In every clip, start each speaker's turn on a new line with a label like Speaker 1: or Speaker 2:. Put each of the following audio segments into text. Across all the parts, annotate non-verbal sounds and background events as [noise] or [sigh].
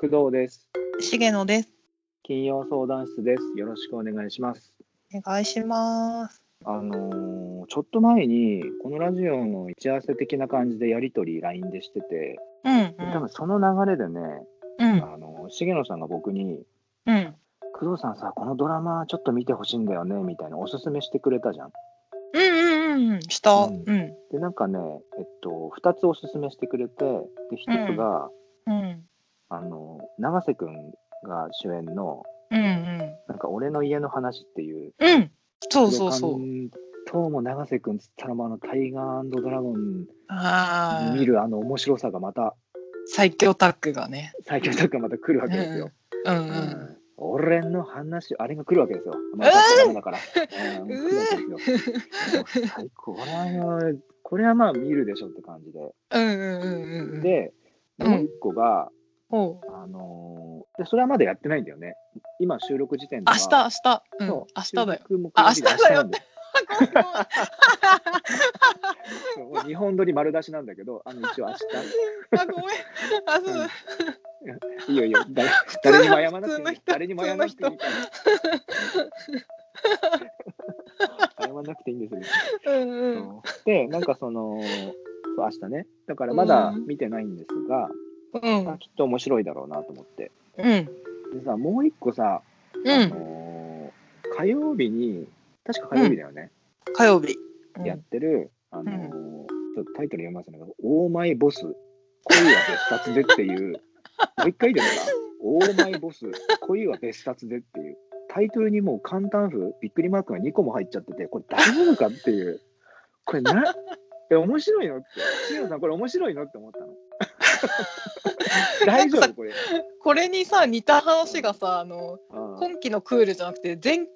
Speaker 1: 工藤です。
Speaker 2: 重野です。
Speaker 1: 金曜相談室です。よろしくお願いします。
Speaker 2: お願いします。
Speaker 1: あのーちょっと前にこのラジオの打ち合わせ的な感じでやり取り LINE でしてて、
Speaker 2: うん、う
Speaker 1: 多
Speaker 2: ん
Speaker 1: 分、その流れでね、
Speaker 2: うん、
Speaker 1: あのー重野さんが僕に
Speaker 2: うん、
Speaker 1: 工藤さんさこのドラマちょっと見てほしいんだよねみたいなおすすめしてくれたじゃん。
Speaker 2: うん、うん、うん、した。
Speaker 1: う
Speaker 2: うんん、うん、
Speaker 1: でなんかねえっと2つおすすめしてくれてで1つが、
Speaker 2: うん、
Speaker 1: あのー永瀬君が主演の
Speaker 2: うん、
Speaker 1: なんか俺の家の話っていう
Speaker 2: うん、そうそうそう。
Speaker 1: 今日も永瀬君つったらもうあのタイガードラゴン
Speaker 2: ああ、
Speaker 1: 見るあの面白さがまた
Speaker 2: 最強タッグがね。
Speaker 1: 最強作がまた来るわけですよ。
Speaker 2: う、
Speaker 1: うん
Speaker 2: うん
Speaker 1: 俺の話あれが来るわけですよ。ま
Speaker 2: う
Speaker 1: あ、
Speaker 2: ん
Speaker 1: ダメだから。うん
Speaker 2: う
Speaker 1: 来
Speaker 2: ん
Speaker 1: るわけですよ。もう最高これはこれはまあ見るでしょって感じで。
Speaker 2: ん、うん、うん、うん、うん。、
Speaker 1: で
Speaker 2: うん
Speaker 1: もう一個が、
Speaker 2: おう
Speaker 1: あのーでそれはまだやってないんだよね。今収録時点で
Speaker 2: 明
Speaker 1: は。
Speaker 2: 日、明日、うん、
Speaker 1: そ
Speaker 2: 明
Speaker 1: う
Speaker 2: 日だよ。。
Speaker 1: 収録木曜日で
Speaker 2: あ明日だよ
Speaker 1: 明なん
Speaker 2: あ
Speaker 1: そう日本撮り丸出しなんだけど、あの一応明
Speaker 2: ごめん。あ、そうだ。
Speaker 1: 日。いいよいいよ。誰誰にも謝らな
Speaker 2: 普
Speaker 1: く
Speaker 2: 通
Speaker 1: て
Speaker 2: の
Speaker 1: いい
Speaker 2: 人。
Speaker 1: 誰にも謝らなくていいから。 [laughs] 謝らなくていいんですよ。
Speaker 2: うん、うん、
Speaker 1: そうでなんかそのそう明日ねだからまだ見てないんですが、
Speaker 2: うん、
Speaker 1: あきっと面白いだろうなと思って
Speaker 2: うん、
Speaker 1: でさもう一個さ、
Speaker 2: う
Speaker 1: あ
Speaker 2: ん。
Speaker 1: のー火曜日に確か火曜日だよね、
Speaker 2: 火曜日。
Speaker 1: やってる、あのーちょっとタイトル読みますね「オーマイボス恋は別冊で」っていうもう一回言ってみようか「オーマイボス恋は別冊で」っていうタイトルにもう簡単譜びっくりマークが2個も入っちゃっててこれ大丈夫かっていうこれなえ面白いのって新野さんこれ面白いのって思った
Speaker 2: [laughs]
Speaker 1: の大丈夫これ
Speaker 2: これにさ、似た話がさ、あの。
Speaker 1: うん
Speaker 2: 今期のクールじゃなくて前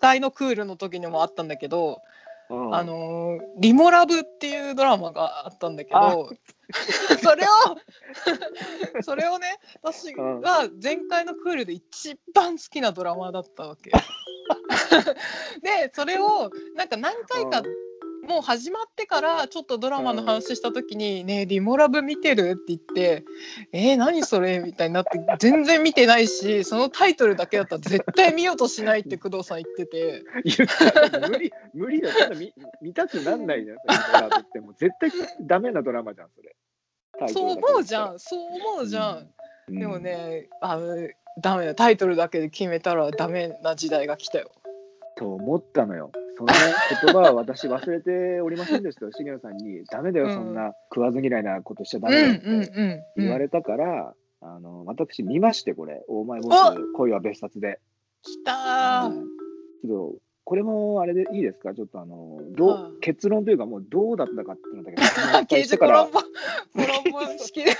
Speaker 2: 回のクールの時にもあったんだけど、
Speaker 1: うん
Speaker 2: あのーリモラブっていうドラマがあったんだけ
Speaker 1: あ
Speaker 2: ど [laughs] それを [laughs] それをね私が前回のクールで一番好きなドラマだったわけ。 [laughs] でそれをなんか何回かもう始まってからちょっとドラマの話した時に「ねえリモラブ見てる?」って言って「えー、何それ?」みたいになって全然見てないしそのタイトルだけだったら絶対見ようとしないって工藤さん言ってて
Speaker 1: 言ったら無理 [laughs] 無理だよそんな見見たくなんないじゃんそれドラマってもう絶対ダメなドラマじゃんそれ
Speaker 2: そう思うじゃ
Speaker 1: ん
Speaker 2: んそう思うじゃん。でも、
Speaker 1: うん
Speaker 2: ねあのダメだタイトルだけで決めたらダメな時代が来たよ。
Speaker 1: と思ったのよその言葉は私忘れておりませんでしたよ重野さんに「ダメだよ
Speaker 2: うん
Speaker 1: そんな食わず嫌いなことしちゃダ
Speaker 2: うん
Speaker 1: メ
Speaker 2: う
Speaker 1: だよ」っ
Speaker 2: ん
Speaker 1: て
Speaker 2: うん。
Speaker 1: 言わ
Speaker 2: うん
Speaker 1: れたから、あの私見ましてこれ「大前ボス恋は別冊で
Speaker 2: 来た」
Speaker 1: はい
Speaker 2: ー。
Speaker 1: けどこれもあれでいいですかちょっとあのどう
Speaker 2: はい
Speaker 1: 結論というかもうどうだったかっていうのだ
Speaker 2: [laughs]
Speaker 1: け
Speaker 2: 刑事コロンボコ [laughs] ロンボ
Speaker 1: [laughs]
Speaker 2: 式で。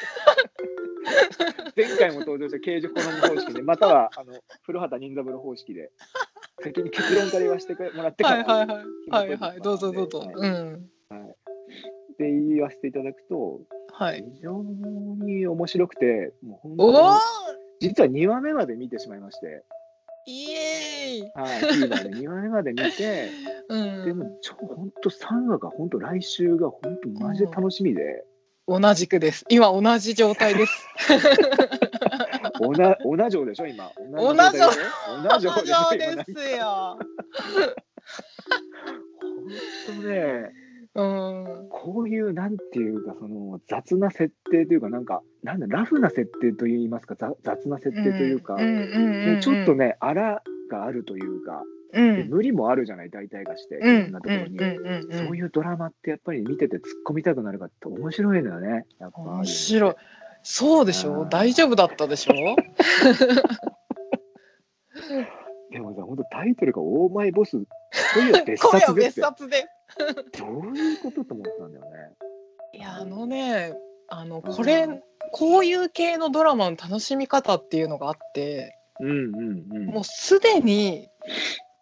Speaker 1: 前回も登場した刑事コロンボ方式で、またはあの古畑任三郎方式で、先に結論から言わせてもらってか
Speaker 2: は
Speaker 1: ら、
Speaker 2: い
Speaker 1: っ
Speaker 2: はいはいはいはいどうぞどうぞ。うん
Speaker 1: て言わせていただくと、
Speaker 2: はい。
Speaker 1: 非常に面白くて、もう本
Speaker 2: おお
Speaker 1: 当に、実は2話目まで見てしまいまして、
Speaker 2: イエーイ。
Speaker 1: はい、TVer で2話目まで見て、
Speaker 2: うん。
Speaker 1: でも、ちょ本当3話が本当来週が本当マジで楽しみ
Speaker 2: [laughs]
Speaker 1: で、
Speaker 2: 同じくです。今同じ状
Speaker 1: [laughs]
Speaker 2: 態です。
Speaker 1: おな、おな嬢でしょ、今。
Speaker 2: お
Speaker 1: な
Speaker 2: な
Speaker 1: 嬢
Speaker 2: 嬢
Speaker 1: でしょおな
Speaker 2: 同
Speaker 1: 嬢でし
Speaker 2: 情
Speaker 1: ょ、
Speaker 2: で
Speaker 1: 今なんか
Speaker 2: すよ。
Speaker 1: 本当ね。
Speaker 2: うん。
Speaker 1: こういうなんていうかその雑な設定というかなんかなんだラフな設定といいますかざ雑な設定というか、
Speaker 2: うんうんうんう
Speaker 1: で
Speaker 2: ん
Speaker 1: ちょっと。ねあらがあるというか、
Speaker 2: う
Speaker 1: で
Speaker 2: ん。
Speaker 1: 無理もあるじゃない大体がして、
Speaker 2: うん
Speaker 1: いろんなところに、
Speaker 2: うんうんうんうん
Speaker 1: そういうドラマってやっぱり見てて突っ込みたくなるからって面白いのよねやっぱ
Speaker 2: 面白い。そうでし
Speaker 1: う
Speaker 2: ょ
Speaker 1: ん
Speaker 2: 大丈夫だったでしょ
Speaker 1: でもさ本当タイトルが「オーマイボス」という [laughs]
Speaker 2: [laughs]
Speaker 1: 別
Speaker 2: 今夜
Speaker 1: 冊で [laughs] っ
Speaker 2: 別
Speaker 1: て
Speaker 2: 冊で。
Speaker 1: どういうことと思ったんだよね。
Speaker 2: いやあのねあのこれ、こういう系のドラマの楽しみ方っていうのがあって
Speaker 1: うんうんうん、
Speaker 2: もうすでに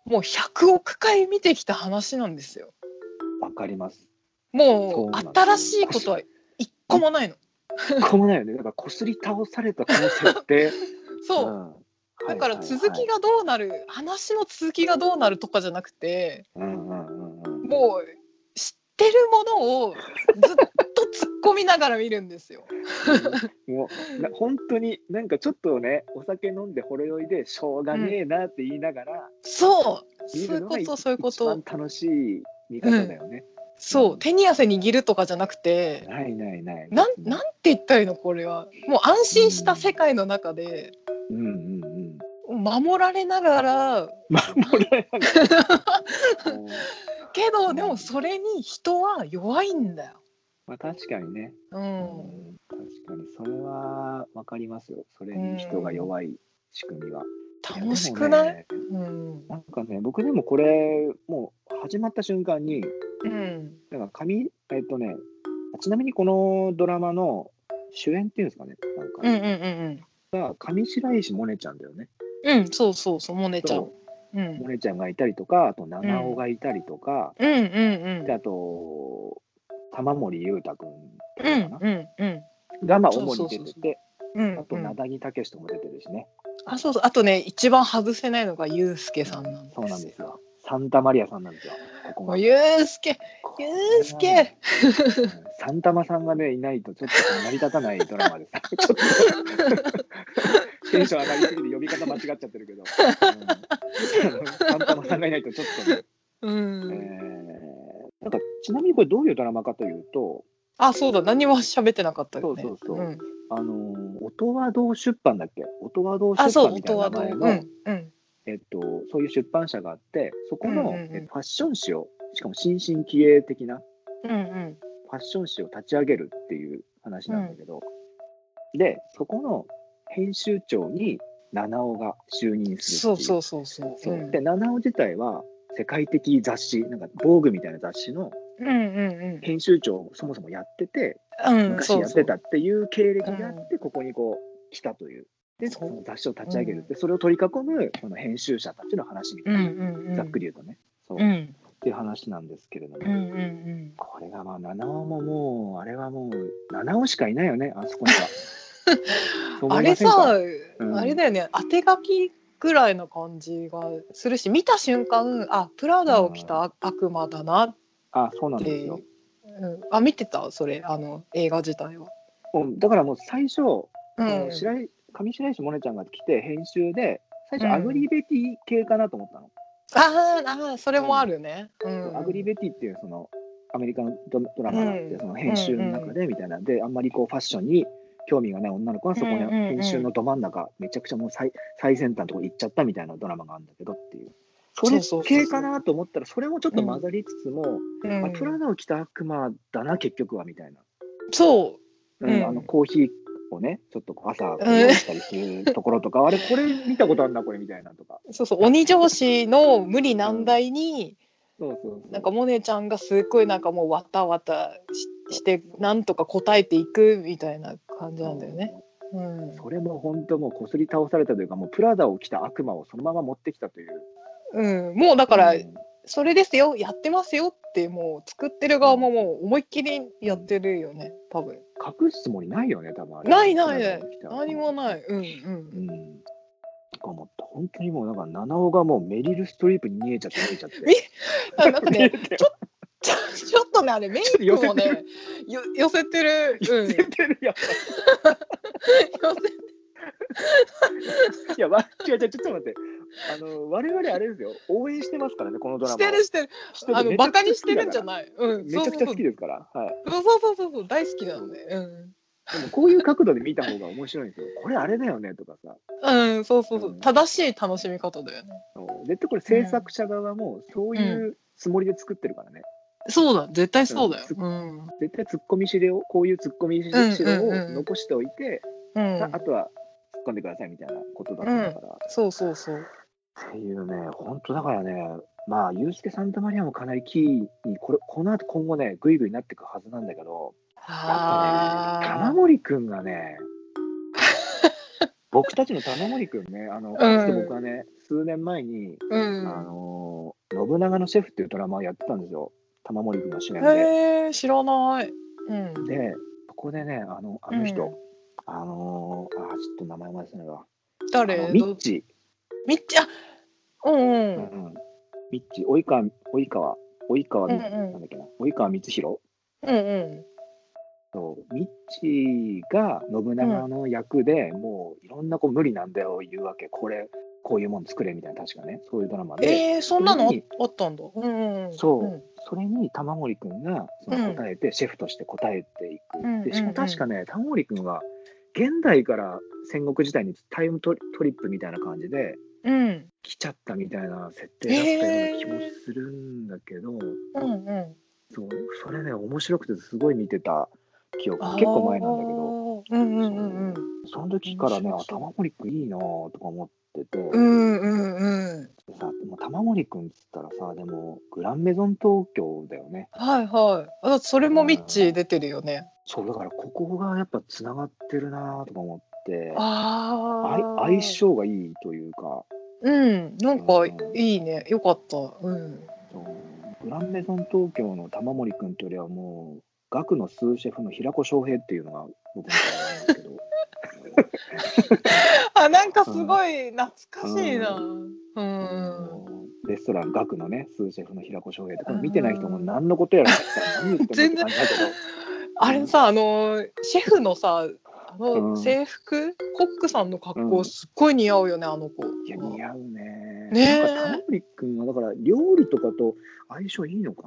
Speaker 2: もう100億回見てきた話なんですよ。
Speaker 1: わかります。そう
Speaker 2: も
Speaker 1: なん
Speaker 2: う
Speaker 1: です
Speaker 2: 新しいことは一個もないの。
Speaker 1: こもないよね。だからこすり倒されたこの設定。
Speaker 2: そう、
Speaker 1: う
Speaker 2: だから続きがどうなる、話の続きがどうなるとかじゃなくて
Speaker 1: うんうんうんうん
Speaker 2: もう知ってるものをずっと突っ込みながら見るんですよ。
Speaker 1: もうな本当になんかちょっとねお酒飲んでほろ酔いでしょうがねえなって言いながら、
Speaker 2: そう
Speaker 1: 見
Speaker 2: そ
Speaker 1: る
Speaker 2: ういう
Speaker 1: の
Speaker 2: こ
Speaker 1: が
Speaker 2: とそういうこ
Speaker 1: 一
Speaker 2: と
Speaker 1: 番楽しい見方だよね。
Speaker 2: そう手に汗握るとかじゃなくて
Speaker 1: ないないない。
Speaker 2: なんなんて言ったらいいのこれはもう安心した世界の中で
Speaker 1: うんうんうん。 [laughs]
Speaker 2: 守られながら
Speaker 1: 守られながらうん
Speaker 2: けどでもそれに人は弱いんだよ。
Speaker 1: まあ確かにね。
Speaker 2: う
Speaker 1: うん
Speaker 2: ん、
Speaker 1: 確かにそれはわかりますよ。それに人が弱い仕組みは。
Speaker 2: 楽しくない
Speaker 1: や
Speaker 2: い、
Speaker 1: でもね
Speaker 2: うん
Speaker 1: なんかね僕でもこれもう始まった瞬間に
Speaker 2: うん
Speaker 1: だから紙えっとねちなみにこのドラマの主演っていうんですかねなんか、
Speaker 2: うんうんうん
Speaker 1: が上白石萌音ちゃんだよね。
Speaker 2: うんうんそうそうそうモネちゃん。
Speaker 1: そううん萌音ちゃんがいたりとかあと七尾がいたりとか、
Speaker 2: うんうん
Speaker 1: であと玉森裕太君と
Speaker 2: うんう
Speaker 1: かか
Speaker 2: ん
Speaker 1: な、
Speaker 2: うんうん
Speaker 1: がまあ
Speaker 2: そう
Speaker 1: 主
Speaker 2: そ
Speaker 1: に出
Speaker 2: うそうそう
Speaker 1: てて
Speaker 2: うん
Speaker 1: あと
Speaker 2: うん
Speaker 1: 名だぎ武史とも出てるしね、
Speaker 2: あそうそうあとね一番外せないのがユうスケさんなんです
Speaker 1: そう
Speaker 2: よ。
Speaker 1: なんですよサンタマリアさんなんですよここ
Speaker 2: も
Speaker 1: が
Speaker 2: う。ユうスケユうスケ
Speaker 1: うんサンタマさんがねいないとちょっと成り立たないドラマです。[laughs]
Speaker 2: [laughs]
Speaker 1: ちょっとテンション上がりすぎて呼び方間違っちゃってるけど、うんサンタマさんがいないとちょっとね、
Speaker 2: う
Speaker 1: え
Speaker 2: ん。
Speaker 1: ーなんかちなみにこれどういうドラマかというと、
Speaker 2: あそうだ何も喋ってなかったよね。
Speaker 1: そうそうそうんあのー音和堂出版だっけ音和堂
Speaker 2: あ
Speaker 1: 出
Speaker 2: そう
Speaker 1: 版みたい
Speaker 2: 音
Speaker 1: な
Speaker 2: は
Speaker 1: 名
Speaker 2: どう
Speaker 1: 前の、
Speaker 2: うんうん
Speaker 1: えっと、そういう出版社があってそこ
Speaker 2: うん
Speaker 1: の、
Speaker 2: うんうん
Speaker 1: えっとファッション誌をしかも新進気鋭的な
Speaker 2: うんうん
Speaker 1: ファッション誌を立ち上げるっていう話なんだけど、でそこの編集長に七尾が就任するってい
Speaker 2: そうそうそうそう。
Speaker 1: そう
Speaker 2: うん
Speaker 1: で七尾自体は世界的雑誌なんか「防具みたいな雑誌の
Speaker 2: うんうん
Speaker 1: 編集長をそもそもやってて
Speaker 2: うん。うん
Speaker 1: 昔
Speaker 2: そ
Speaker 1: や
Speaker 2: う
Speaker 1: っ
Speaker 2: そ
Speaker 1: て
Speaker 2: う
Speaker 1: たっていう経歴があ
Speaker 2: う
Speaker 1: ってここにこう来たというで
Speaker 2: そ
Speaker 1: そうの雑誌を立ち上げるってそれを取り囲むこの編集者たちの話みた
Speaker 2: う
Speaker 1: い
Speaker 2: ん
Speaker 1: な、
Speaker 2: うんうん。
Speaker 1: ざっくり言うとねそう、
Speaker 2: う
Speaker 1: っ
Speaker 2: ん
Speaker 1: ていう話なんですけれども。
Speaker 2: うんうんうん。
Speaker 1: これがまあ七尾ももうあれはもう七尾しかいないよねあそこに
Speaker 2: [laughs]
Speaker 1: は。そう思
Speaker 2: あ
Speaker 1: いま
Speaker 2: れ
Speaker 1: せんか
Speaker 2: さ、
Speaker 1: うん
Speaker 2: あれだよね当て書きぐらいの感じがするし見た瞬間あプラダを着た悪魔だなっ
Speaker 1: あそうなんです
Speaker 2: て、
Speaker 1: よ。
Speaker 2: うん、あ見てたそれあの映画自体は。
Speaker 1: うんだからもう最初、
Speaker 2: う
Speaker 1: あの
Speaker 2: ん、
Speaker 1: 白井上白石萌音ちゃんが来て編集で最初
Speaker 2: うん
Speaker 1: アグリベティ系かなと思ったの。
Speaker 2: あーあーそれもあるね。うん
Speaker 1: アグリベティっていうそのアメリカのドドラマがあって、
Speaker 2: うん
Speaker 1: その編集の中でみたいなであんまりこうファッションに興味がない女の子はそこに
Speaker 2: うんうんうん
Speaker 1: 編集のど真ん中めちゃくちゃもう最最先端のとこ行っちゃったみたいなドラマがあるんだけどっていう。それ
Speaker 2: そうそうそうそう
Speaker 1: 系かなと思ったらそれもちょっと混ざりつつも、
Speaker 2: うん
Speaker 1: あプラダを着た悪魔だな結局はみたいな、
Speaker 2: そう
Speaker 1: うん
Speaker 2: うん
Speaker 1: あのコーヒーをねちょっとこう朝こう用意したりするところとか、あれこれ見たことあるなこれみたいなとか
Speaker 2: そうそう鬼上司の無理難題に、
Speaker 1: そうそうそう
Speaker 2: なんかモネちゃんがすっごいなんかもうわたわたししてなんとか答えていくみたいな感じなんだよね。うん、
Speaker 1: それも本当もうこすり倒されたというかもうプラダを着た悪魔をそのまま持ってきたという
Speaker 2: うん、もうだから
Speaker 1: うん
Speaker 2: それですよやってますよってもう作ってる側ももう思いっきりやってるよね多分。
Speaker 1: 隠すつもりないよね多分あれ
Speaker 2: ない
Speaker 1: プ
Speaker 2: ないな
Speaker 1: ラ
Speaker 2: い
Speaker 1: ダを着た悪魔
Speaker 2: 何もない。うん
Speaker 1: うんとかもう本当にもうなんか七尾がもうメリル・ストリープに見えちゃって見えちゃって
Speaker 2: 見うん。なんかね
Speaker 1: 見えて
Speaker 2: ちょちょっとねあれメイクもねよ寄せて
Speaker 1: [laughs]
Speaker 2: る。うん、寄
Speaker 1: 出てるやん [laughs] いや、わ違う違う、ちょっと待って。あの、我々あれですよ。応援してますからね、このド
Speaker 2: せ
Speaker 1: ラマを。
Speaker 2: してるしてる
Speaker 1: 知ってる
Speaker 2: あの
Speaker 1: めちゃ
Speaker 2: バ
Speaker 1: くち
Speaker 2: カ
Speaker 1: ゃ
Speaker 2: にしてるんじゃ
Speaker 1: 好
Speaker 2: ない。うん
Speaker 1: きだからめちゃくちゃ好きですから。はい。
Speaker 2: そうそうそうそうそう大好きなのね。うん。
Speaker 1: でも、こういう角度で見た方が面白いんですよ。これあれだよね、とかさ。
Speaker 2: うん、そうそうそうう。
Speaker 1: ん
Speaker 2: 正しい楽しみ方だよね。
Speaker 1: 絶対これ制作者側も、そういうつもりで作ってるからね。
Speaker 2: そうだ、絶対そうだよ。
Speaker 1: う
Speaker 2: うん。うん。
Speaker 1: 絶対ツッコミ資料、こういうツッコミ資
Speaker 2: うん
Speaker 1: 料
Speaker 2: うん
Speaker 1: を
Speaker 2: うん
Speaker 1: 残しておいて、ああとは突っ込んでくださいみたいなことだったんだから。
Speaker 2: そうそうそう。
Speaker 1: っていうね、本当だからね、まあ、ユースケ・サンタマリアもかなりキーに、これ、この後今後ね、ぐいぐいなっていくはずなんだけど、やっぱね玉
Speaker 2: あ
Speaker 1: 森くんがね、僕たちの玉森くんね、あの、かつて僕はね、数年前に、
Speaker 2: あ。う
Speaker 1: あ
Speaker 2: ん。
Speaker 1: のー、信長のシェフっていうドラマをやってたんですよ。玉森くんが主演で。
Speaker 2: へえ、知らない。うん。
Speaker 1: で、ここでね、あの、あの人、あのー、あー、ちょっと名前忘れないわ。あ
Speaker 2: 誰
Speaker 1: のミッ
Speaker 2: ど
Speaker 1: チ、
Speaker 2: みっち、あ、うん
Speaker 1: う
Speaker 2: うん。
Speaker 1: んうんミッチ、及川、及川、及川み、
Speaker 2: うんうん
Speaker 1: なんだっけな、及川光弘
Speaker 2: うんうん。
Speaker 1: そうミッチーが信長の役で、もういろんなこう無理なんだよ言うわけこれこういうもん作れみたいな確かねそういうドラマで、
Speaker 2: えー、そんなのああったんだ。うんうん、
Speaker 1: そう
Speaker 2: うん
Speaker 1: それに玉森くんがその答えて、シェフとして答えていく、
Speaker 2: うん
Speaker 1: でしか
Speaker 2: うんう
Speaker 1: も
Speaker 2: ん
Speaker 1: 確かね玉森くんは現代から戦国時代にタイムトリトリップみたいな感じで
Speaker 2: うん
Speaker 1: 来ちゃったみたいな設定だったような気もするんだけど、
Speaker 2: うんうん、
Speaker 1: そうそれね面白くてすごい見てた記憶
Speaker 2: あー
Speaker 1: 結構前なんだけど
Speaker 2: うんうんうん
Speaker 1: その時からね
Speaker 2: 面白
Speaker 1: あ
Speaker 2: そう
Speaker 1: 玉森くんいいなぁとか思ってて、
Speaker 2: うんうんうんうん
Speaker 1: さもう玉森くんっつったらさでもグランメゾン東京だよね
Speaker 2: はいはいあそれもミッチー出てるよね
Speaker 1: そうだからここがやっぱつながってるなぁとか思って
Speaker 2: あ
Speaker 1: あい
Speaker 2: あ
Speaker 1: 相性がいいというか
Speaker 2: うんなんかいいねよかったうん
Speaker 1: そうグランメゾン東京の玉森くんというよりはもう学のスーシェフの平子翔平っていうのが僕の中であるんですけど
Speaker 2: あなんかすごい懐かしいな
Speaker 1: う
Speaker 2: [laughs] うん、
Speaker 1: レストラン学のねスーシェフの平子翔平ってこれ見てない人も何のことやら
Speaker 2: [laughs]
Speaker 1: 何言ってんのって感じだけど
Speaker 2: あれさあのシェフのさあ
Speaker 1: う
Speaker 2: の
Speaker 1: ん
Speaker 2: 制服、コックさんの格好すっごい似合うよねあの子
Speaker 1: いや似合うね。
Speaker 2: ねえ
Speaker 1: なんかタモリ君はだから料理とかと相性いいのか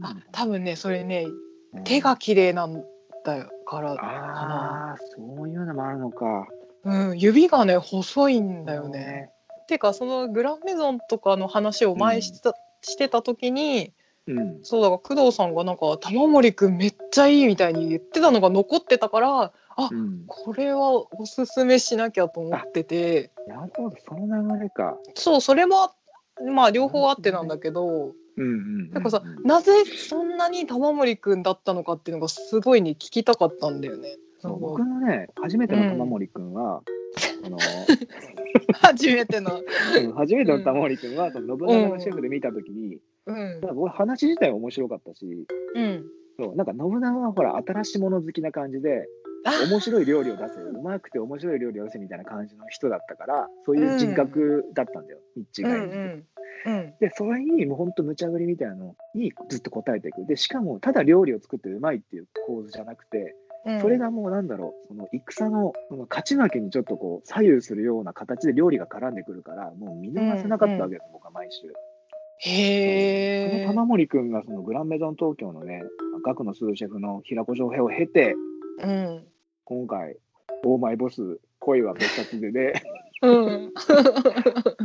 Speaker 1: な。
Speaker 2: あ多分ねそれね
Speaker 1: 分
Speaker 2: 手が綺麗なんだからかな、
Speaker 1: ああそういうのもあるのか。
Speaker 2: うん、指がね細いんだよね。。てかそのグランメゾンとかの話を前してた,、してた時に
Speaker 1: うん。
Speaker 2: そうだから工藤さんがなんか「玉森くんめっちゃいい」みたいに言ってたのが残ってたから
Speaker 1: うん、
Speaker 2: これはおすすめしなきゃと思ってて
Speaker 1: なるほどその流れか。
Speaker 2: そうそれもまあ両方あってなんだけど
Speaker 1: うんうんうん。
Speaker 2: なんかさ
Speaker 1: うん
Speaker 2: なぜそんなに玉森くんだったのかっていうのがすごいね聞きたかったんだよね。
Speaker 1: そう僕のね初めての玉森君は、あの
Speaker 2: 初めて
Speaker 1: う
Speaker 2: の、
Speaker 1: ん初めての玉森君はその信長のシェフで見た時に、
Speaker 2: うん
Speaker 1: なんか僕話自体面白かったし。
Speaker 2: うん、
Speaker 1: そうなんか信長はほら新しいもの好きな感じで
Speaker 2: あ
Speaker 1: 面白い料理を出せうまくて面白い料理を出せみたいな感じの人だったからそういう人格だったんだよ、ミッチー
Speaker 2: う
Speaker 1: が
Speaker 2: ん
Speaker 1: 演
Speaker 2: う
Speaker 1: じて
Speaker 2: んうん
Speaker 1: でそれにもうほんと無茶ぶりみたいなのにずっと答えていくでしかもただ料理を作ってうまいっていう構図じゃなくて
Speaker 2: うん、
Speaker 1: それがもうなんだろうその戦のその勝ち負けにちょっとこう左右するような形で料理が絡んでくるからもう見逃せなかったわけです、僕は毎週。その
Speaker 2: へえ。
Speaker 1: 玉森君がそのグランメゾン東京のね学のスーシェフの平子翔平を経て
Speaker 2: うん。
Speaker 1: 今回「オーマイボス恋は別冊で」で
Speaker 2: [laughs] うん。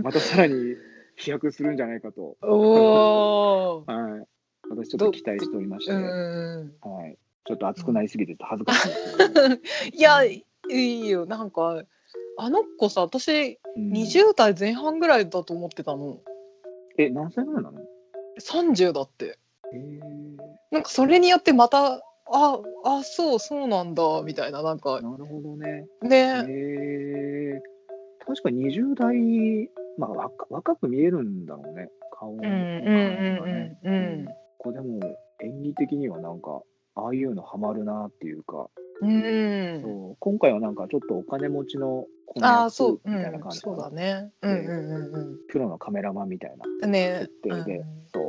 Speaker 1: またさらに飛躍するんじゃないかと、
Speaker 2: おお。
Speaker 1: はい、私ちょっと期待しておりまして、
Speaker 2: うん。
Speaker 1: はい、ちょっと熱くなりすぎて恥ずかしいんですけど、
Speaker 2: いや、いいよ、なんか。あの子さ、私、
Speaker 1: うん
Speaker 2: 二十代前半ぐらいだと思ってたの。
Speaker 1: え何歳ぐらいなの
Speaker 2: 三十だって。
Speaker 1: えー、
Speaker 2: なんか、それによって、また。あ、あ、そう、そうなんだみたいな、なんか。
Speaker 1: なるほどねえ
Speaker 2: ね。
Speaker 1: ー、確か20代まあ若若く見えるんだろうね顔の
Speaker 2: う
Speaker 1: 感
Speaker 2: ん、
Speaker 1: じが
Speaker 2: うん、
Speaker 1: ね
Speaker 2: うん、うん、
Speaker 1: これでも演技的にはなんかああいうのハマるなっていうか、
Speaker 2: うん。うん。
Speaker 1: そう今回はなんかちょっとお金持ちのこの
Speaker 2: ああ、
Speaker 1: 役
Speaker 2: そう、う、
Speaker 1: みたいなん感じか
Speaker 2: そ
Speaker 1: な
Speaker 2: うだね。うん、うん、うん、
Speaker 1: プロのカメラマンみたいな
Speaker 2: うん。ね
Speaker 1: 設。定で、
Speaker 2: うん
Speaker 1: そう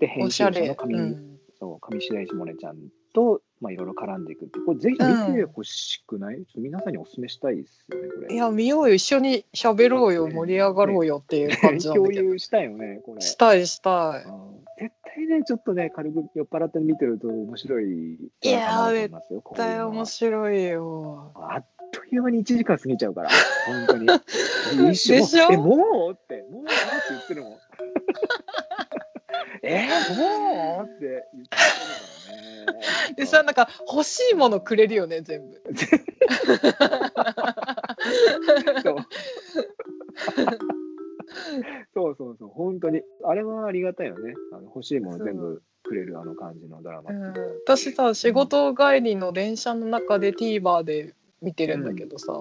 Speaker 1: で
Speaker 2: お
Speaker 1: 編
Speaker 2: し
Speaker 1: 集
Speaker 2: ゃ
Speaker 1: 者
Speaker 2: れ。
Speaker 1: の上、
Speaker 2: うん。
Speaker 1: そう上白石萌音ちゃんとまあいろいろ絡んでいくってこれぜひ見てほしくない、ちょっと皆さんにお勧めしたいですよねこれ [laughs]
Speaker 2: いや見ようよ一緒に喋ろうよ
Speaker 1: ね
Speaker 2: 盛り上がろうよっていう感じなん
Speaker 1: 共
Speaker 2: だけど
Speaker 1: 有したいよねこれ
Speaker 2: したいした
Speaker 1: あー絶対ねちょっとね軽く酔っ払って見てると面白い
Speaker 2: いやー
Speaker 1: ドラマだと思いますよこいう
Speaker 2: いう
Speaker 1: のは
Speaker 2: 絶対面白いよ
Speaker 1: あっという間に1時間過ぎちゃうから、本 [laughs] 当に。一
Speaker 2: でしょ
Speaker 1: え、もうって、もうって言ってる [laughs] もん。えー、もうって言ってるからね。
Speaker 2: でさなんか欲しいものくれるよね全部
Speaker 1: そうそうそうそう、本当に。あれはありがたいよね。あの欲しいもの全部くれるあの感じのドラマ
Speaker 2: う
Speaker 1: ってい
Speaker 2: ん
Speaker 1: うのは。
Speaker 2: 私さ仕事帰りの電車の中で TVer で見てるんだけどさ、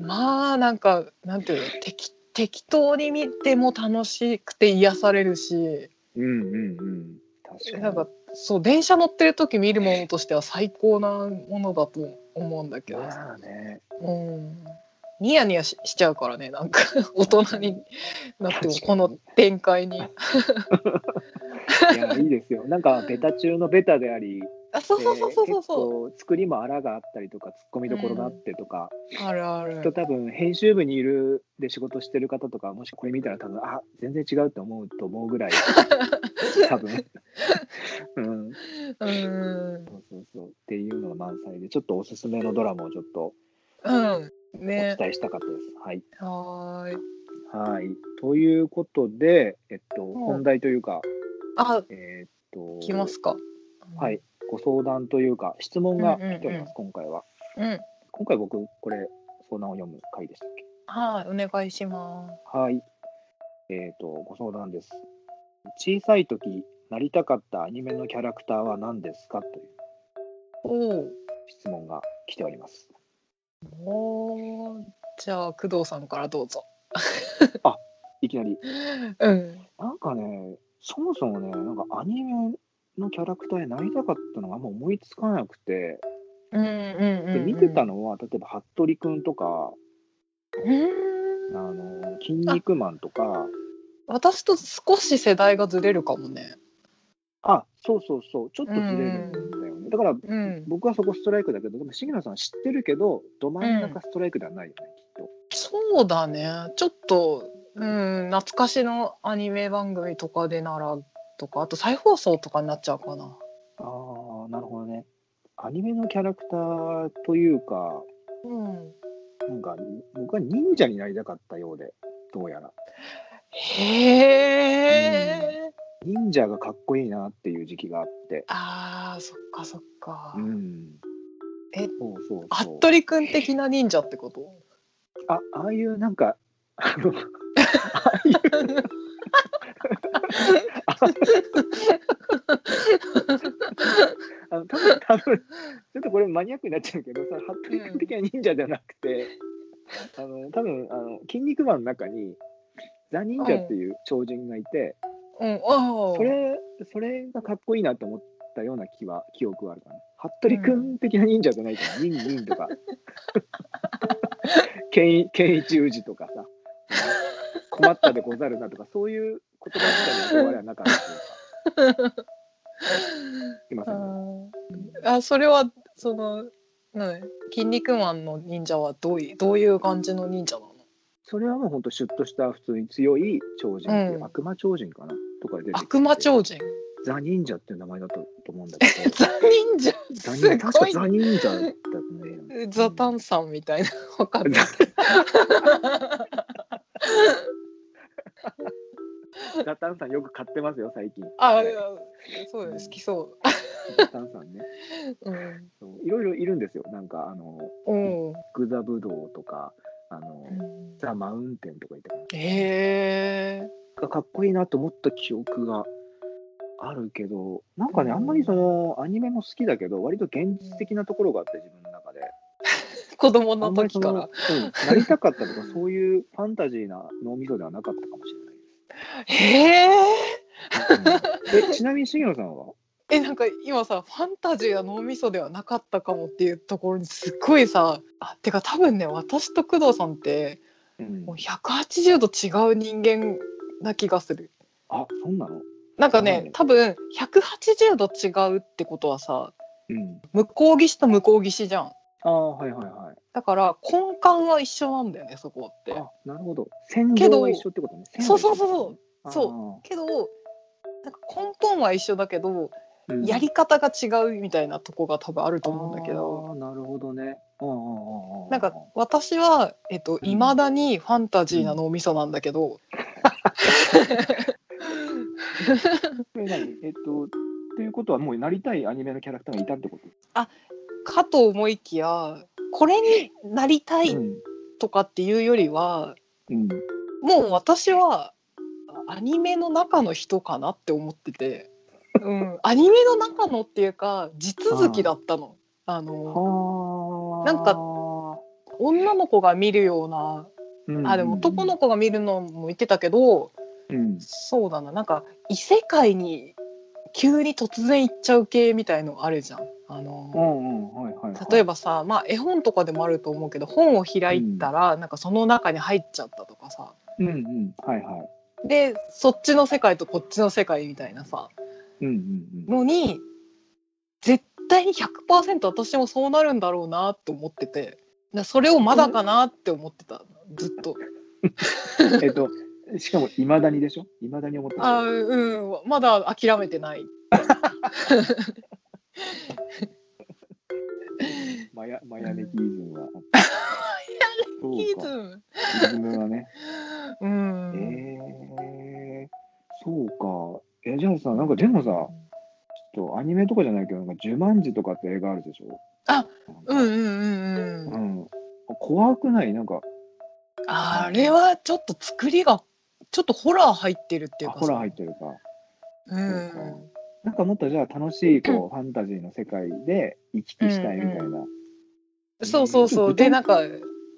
Speaker 2: まあなんかなんていうの適適当に見ても楽しくて癒されるし
Speaker 1: うんうんうん。確かに。
Speaker 2: なんかそう電車乗ってる時見るものとしては最高なものだと思うんだけどさ
Speaker 1: まあね。
Speaker 2: うんニヤニヤししちゃうからねな
Speaker 1: [laughs]
Speaker 2: んか大人になって
Speaker 1: 確か
Speaker 2: も
Speaker 1: に
Speaker 2: この展開に。
Speaker 1: いや、いいですよ。なんか、ベタ中のベタであり、
Speaker 2: あそうそうそうそうそうそ
Speaker 1: で結構作りもあらがあったりとかツッコミどころがあってとか、
Speaker 2: うあるあ
Speaker 1: きっと
Speaker 2: る
Speaker 1: 多分編集部にいるで仕事してる方とかもしこれ見たら多分あ全然違うと思うと思うぐらい多
Speaker 2: [laughs]
Speaker 1: 分、うん、
Speaker 2: うん
Speaker 1: そうそうそうっていうのが満載でちょっとおすすめのドラマをちょっと
Speaker 2: うん
Speaker 1: お
Speaker 2: ね
Speaker 1: 伝えしたかったです。はい
Speaker 2: はーい
Speaker 1: はいということで、えっと、
Speaker 2: ん
Speaker 1: 本題というか、
Speaker 2: あ
Speaker 1: えーっと
Speaker 2: 来ますか
Speaker 1: はいご相談というか質問が来ております、
Speaker 2: うんうんうん
Speaker 1: 今回は。
Speaker 2: うん
Speaker 1: 今回僕これ相談を読む回でしたっけ
Speaker 2: はいお願いします
Speaker 1: はい。えっ、と、ご相談です。小さい時、なりたかったアニメのキャラクターは何ですかという
Speaker 2: おー
Speaker 1: 質問が来ております。
Speaker 2: おーじゃあ工藤さんからどうぞ
Speaker 1: いきなり。
Speaker 2: うん
Speaker 1: なんかね、そもそもね、なんかアニメのキャラクターになりたかったのがあんま思いつかなくて、
Speaker 2: うんうんうん
Speaker 1: で見てたのは、例えば、服部くんとか、
Speaker 2: うん
Speaker 1: あの、筋肉マンとか、
Speaker 2: 私と少し世代がずれるかもね
Speaker 1: あそうそうそう、ちょっとずれるんだよね。だから、
Speaker 2: うん
Speaker 1: 僕はそこストライクだけど、でも、重野さん知ってるけど、ど真ん中ストライクではないよね、きっと。
Speaker 2: そうだねちょっとうん懐かしのアニメ番組とかでならとかあと再放送とかになっちゃうかな
Speaker 1: ああ、なるほどね。アニメのキャラクターというか、
Speaker 2: うん
Speaker 1: なんか僕は忍者になりたかったようで、どうやら。
Speaker 2: へえ、
Speaker 1: 忍者がかっこいいなっていう時期があって。
Speaker 2: あーそっかそっか、
Speaker 1: うん。そ
Speaker 2: え
Speaker 1: うそうそう。
Speaker 2: 服部くん的な忍者ってこと
Speaker 1: あ、ああいうなんか、あの、あの多分多分ちょっとこれマニアックになっちゃうけどさ、服部君的な忍者じゃなくて、あの多分あの筋肉マンの中にザ忍者っていう超人がいて、
Speaker 2: うんああ
Speaker 1: それそれがかっこいいなと思ったような気は記憶はあるかな。服部君的な忍者じゃないから、忍忍とか、 [laughs] 健一健一宇治とかさ、困ったでござるなとかそういう言葉自体の憧れはなかったというか。すいませんね。
Speaker 2: あそれはその何筋肉マンの忍者はどういどういう感じの忍者なの
Speaker 1: それはもう本当シュッとした普通に強い超人っていう、
Speaker 2: うん
Speaker 1: 悪魔超人かなとかで出てきて
Speaker 2: 悪魔超人
Speaker 1: ザ忍者っていう名前だったと思うん
Speaker 2: [laughs]
Speaker 1: だけど
Speaker 2: ザ忍者
Speaker 1: ザ
Speaker 2: す
Speaker 1: 忍確
Speaker 2: ご
Speaker 1: か
Speaker 2: い
Speaker 1: ザ忍者だったね
Speaker 2: [laughs] ザタンさんみたいなわかんない
Speaker 1: [laughs] ザタンさんよく買ってますよ最近
Speaker 2: あいやそうだよ好きそ
Speaker 1: ザタンさんね
Speaker 2: ううん
Speaker 1: そういろいろいるんですよなんかあの
Speaker 2: おう
Speaker 1: グザブドウとかあの、
Speaker 2: うん
Speaker 1: ザ・マウンテンとかいたかな
Speaker 2: へえ
Speaker 1: がかっこいいなと思った記憶があるけどなんかね、
Speaker 2: うん
Speaker 1: あんまりそのアニメも好きだけど割と現実的なところがあって自分の中で
Speaker 2: 子供
Speaker 1: あ
Speaker 2: の
Speaker 1: んまりそ
Speaker 2: 時か
Speaker 1: の
Speaker 2: ら
Speaker 1: うんなりたかったとかそういうファンタジーな脳みそではなかったかもしれないです、うん
Speaker 2: へえ
Speaker 1: えちなみに重野さんは
Speaker 2: えなんか今さファンタジーが脳みそではなかったかもっていうところにすっごいさあてか多分ね私と工藤さんって
Speaker 1: うん
Speaker 2: もう180度違う人間な気がする
Speaker 1: あそんなの
Speaker 2: なんか
Speaker 1: う
Speaker 2: ね
Speaker 1: ん
Speaker 2: 多分180度違うってことはさ
Speaker 1: うん
Speaker 2: 向こう岸と向こう岸じゃん
Speaker 1: ああはいはいはい
Speaker 2: だから根幹は一緒なんだよねそこって
Speaker 1: あなるほど戦
Speaker 2: け
Speaker 1: 場
Speaker 2: ど
Speaker 1: は一緒ってことね
Speaker 2: そうそうそうそうそう
Speaker 1: そ
Speaker 2: けどなんか根本は一緒だけど、
Speaker 1: う、うん
Speaker 2: やり方が違うみたいなとこが多分あると思うんだけど
Speaker 1: あーなるほどねうんうんうんうん
Speaker 2: なんか私はえっと
Speaker 1: うん
Speaker 2: いまだにファンタジーな脳みそなんだけど、
Speaker 1: それ何えっとということはもうなりたいアニメのキャラクターがいたってこと
Speaker 2: かと思いきやこれになりたい
Speaker 1: うん
Speaker 2: とかっていうよりは、
Speaker 1: うん、
Speaker 2: もう私はアニメの中の人かなって思ってて、うん、アニメの中のっていうか地続きだったの。あの
Speaker 1: はあ
Speaker 2: なんか女の子が見るようなあでも男の子が見るのも言ってたけど
Speaker 1: うん
Speaker 2: そうだななんか異世界に急に突然行っちゃう系みたいのあるじゃん。あ
Speaker 1: うん
Speaker 2: の
Speaker 1: うんはいはい、はい、
Speaker 2: 例えばさ、まあ、絵本とかでもあると思うけど本を開いたらなんかその中に入っちゃったとかさ
Speaker 1: うんうんはいはい
Speaker 2: でそっちの世界とこっちの世界みたいなさ
Speaker 1: うんうんうん
Speaker 2: のに絶対100%私もそうなるんだろうなと思っててなそれをまだかなって思ってたずっと [laughs]
Speaker 1: えっと、しかも、いまだにでしょいまだに思ってる
Speaker 2: あーうんまだ諦めてない
Speaker 1: マヤマヤネキイズムは。
Speaker 2: [laughs]
Speaker 1: マ
Speaker 2: キー
Speaker 1: そうか。
Speaker 2: ズ
Speaker 1: イズムはね。
Speaker 2: う
Speaker 1: え
Speaker 2: ん、
Speaker 1: ー、そうか。え、じゃあさ、なんかでもさ、ちょっとアニメとかじゃないけど、なんか、ジュマンジとかって映画あるでしょ
Speaker 2: あ、う
Speaker 1: なんか
Speaker 2: んうんうんうん
Speaker 1: うん。怖くないなんか、
Speaker 2: あれはちょっと作りがちょっとホラー入ってるってい
Speaker 1: あ
Speaker 2: うか
Speaker 1: ホラー入
Speaker 2: っ
Speaker 1: ってるか。
Speaker 2: う
Speaker 1: そうんなんかもっとじゃあ楽しいこうファンタジーの世界で行き来したいみたいな。
Speaker 2: そうそう [laughs] そうでなんか
Speaker 1: う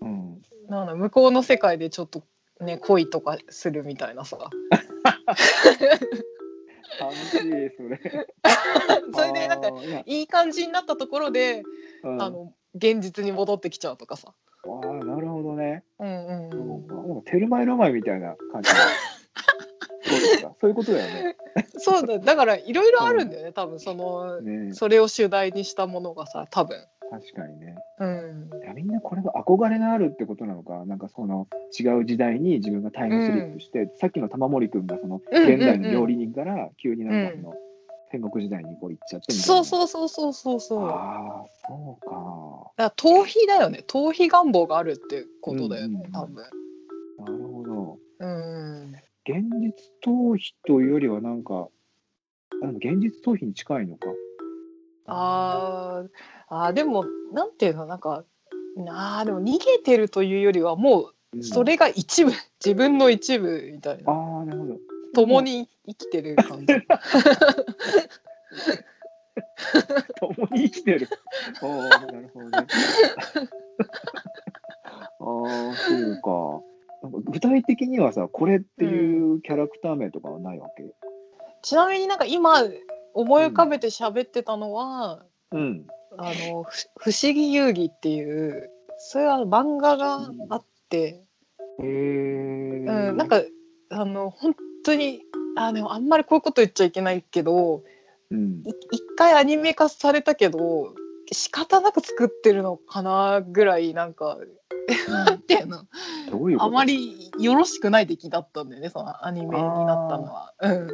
Speaker 1: ん。
Speaker 2: なんだ向こうの世界でちょっとね恋とかするみたいなさ
Speaker 1: 楽しい、それ。
Speaker 2: [laughs] [laughs] それでな
Speaker 1: あ
Speaker 2: んか
Speaker 1: ーいや
Speaker 2: いい感じになったところで、
Speaker 1: うん、
Speaker 2: あの現実に戻ってきちゃうとかさ
Speaker 1: あーなるほどね。
Speaker 2: うんうん
Speaker 1: な
Speaker 2: うん
Speaker 1: んかなんかテルマエロマエみたいな感じ。そうですか。そういうことだよね。
Speaker 2: そうだだからいろいろあるんだよね多分その
Speaker 1: ね
Speaker 2: それを主題にしたものがさ多分
Speaker 1: 確かにね。
Speaker 2: うん
Speaker 1: いやみんなこれが憧れがあるってことなのか、なんかその違う時代に自分がタイムスリップして、さっきの玉森君がその
Speaker 2: うんうんうん
Speaker 1: 現代の料理人から急になんかその戦国時代にこう行っちゃってみたい
Speaker 2: そ
Speaker 1: な。
Speaker 2: うそうそうそうそうそうだか
Speaker 1: ああ、そうか。
Speaker 2: ら逃避だよね逃避願望があるってことだよね、
Speaker 1: うんうんうん
Speaker 2: 多分
Speaker 1: なるほど。
Speaker 2: うん
Speaker 1: 現実逃避というよりはなんか、あでも現実逃避に近いのか。
Speaker 2: あーあーでもなんていうのなんかあーでも逃げてるというよりはも
Speaker 1: うん
Speaker 2: うそれが一部、自分の一部みたい
Speaker 1: あ
Speaker 2: な
Speaker 1: あ、なるほど。
Speaker 2: 共に生きてる感 [laughs] じ
Speaker 1: 共に生きてる。 [laughs] ああ、なるほどね。ああ、そうか。なんか具体的にはさ、これっていうキャラクター名とかはないわけ。
Speaker 2: ちなみになんか今思い浮かべて喋ってたのは、
Speaker 1: うん。
Speaker 2: あのふ「不思議遊戯」っていうそれは漫画があって、
Speaker 1: へえ
Speaker 2: うんなん、かあの本当にあでもあんまりこういうこと言っちゃいけないけど
Speaker 1: うん
Speaker 2: い、一回アニメ化されたけど仕方なく作ってるのかなぐらいなんかなんていうの
Speaker 1: どういうこと
Speaker 2: あまりよろしくない出来だったんだよねそのアニメになったのは。うん、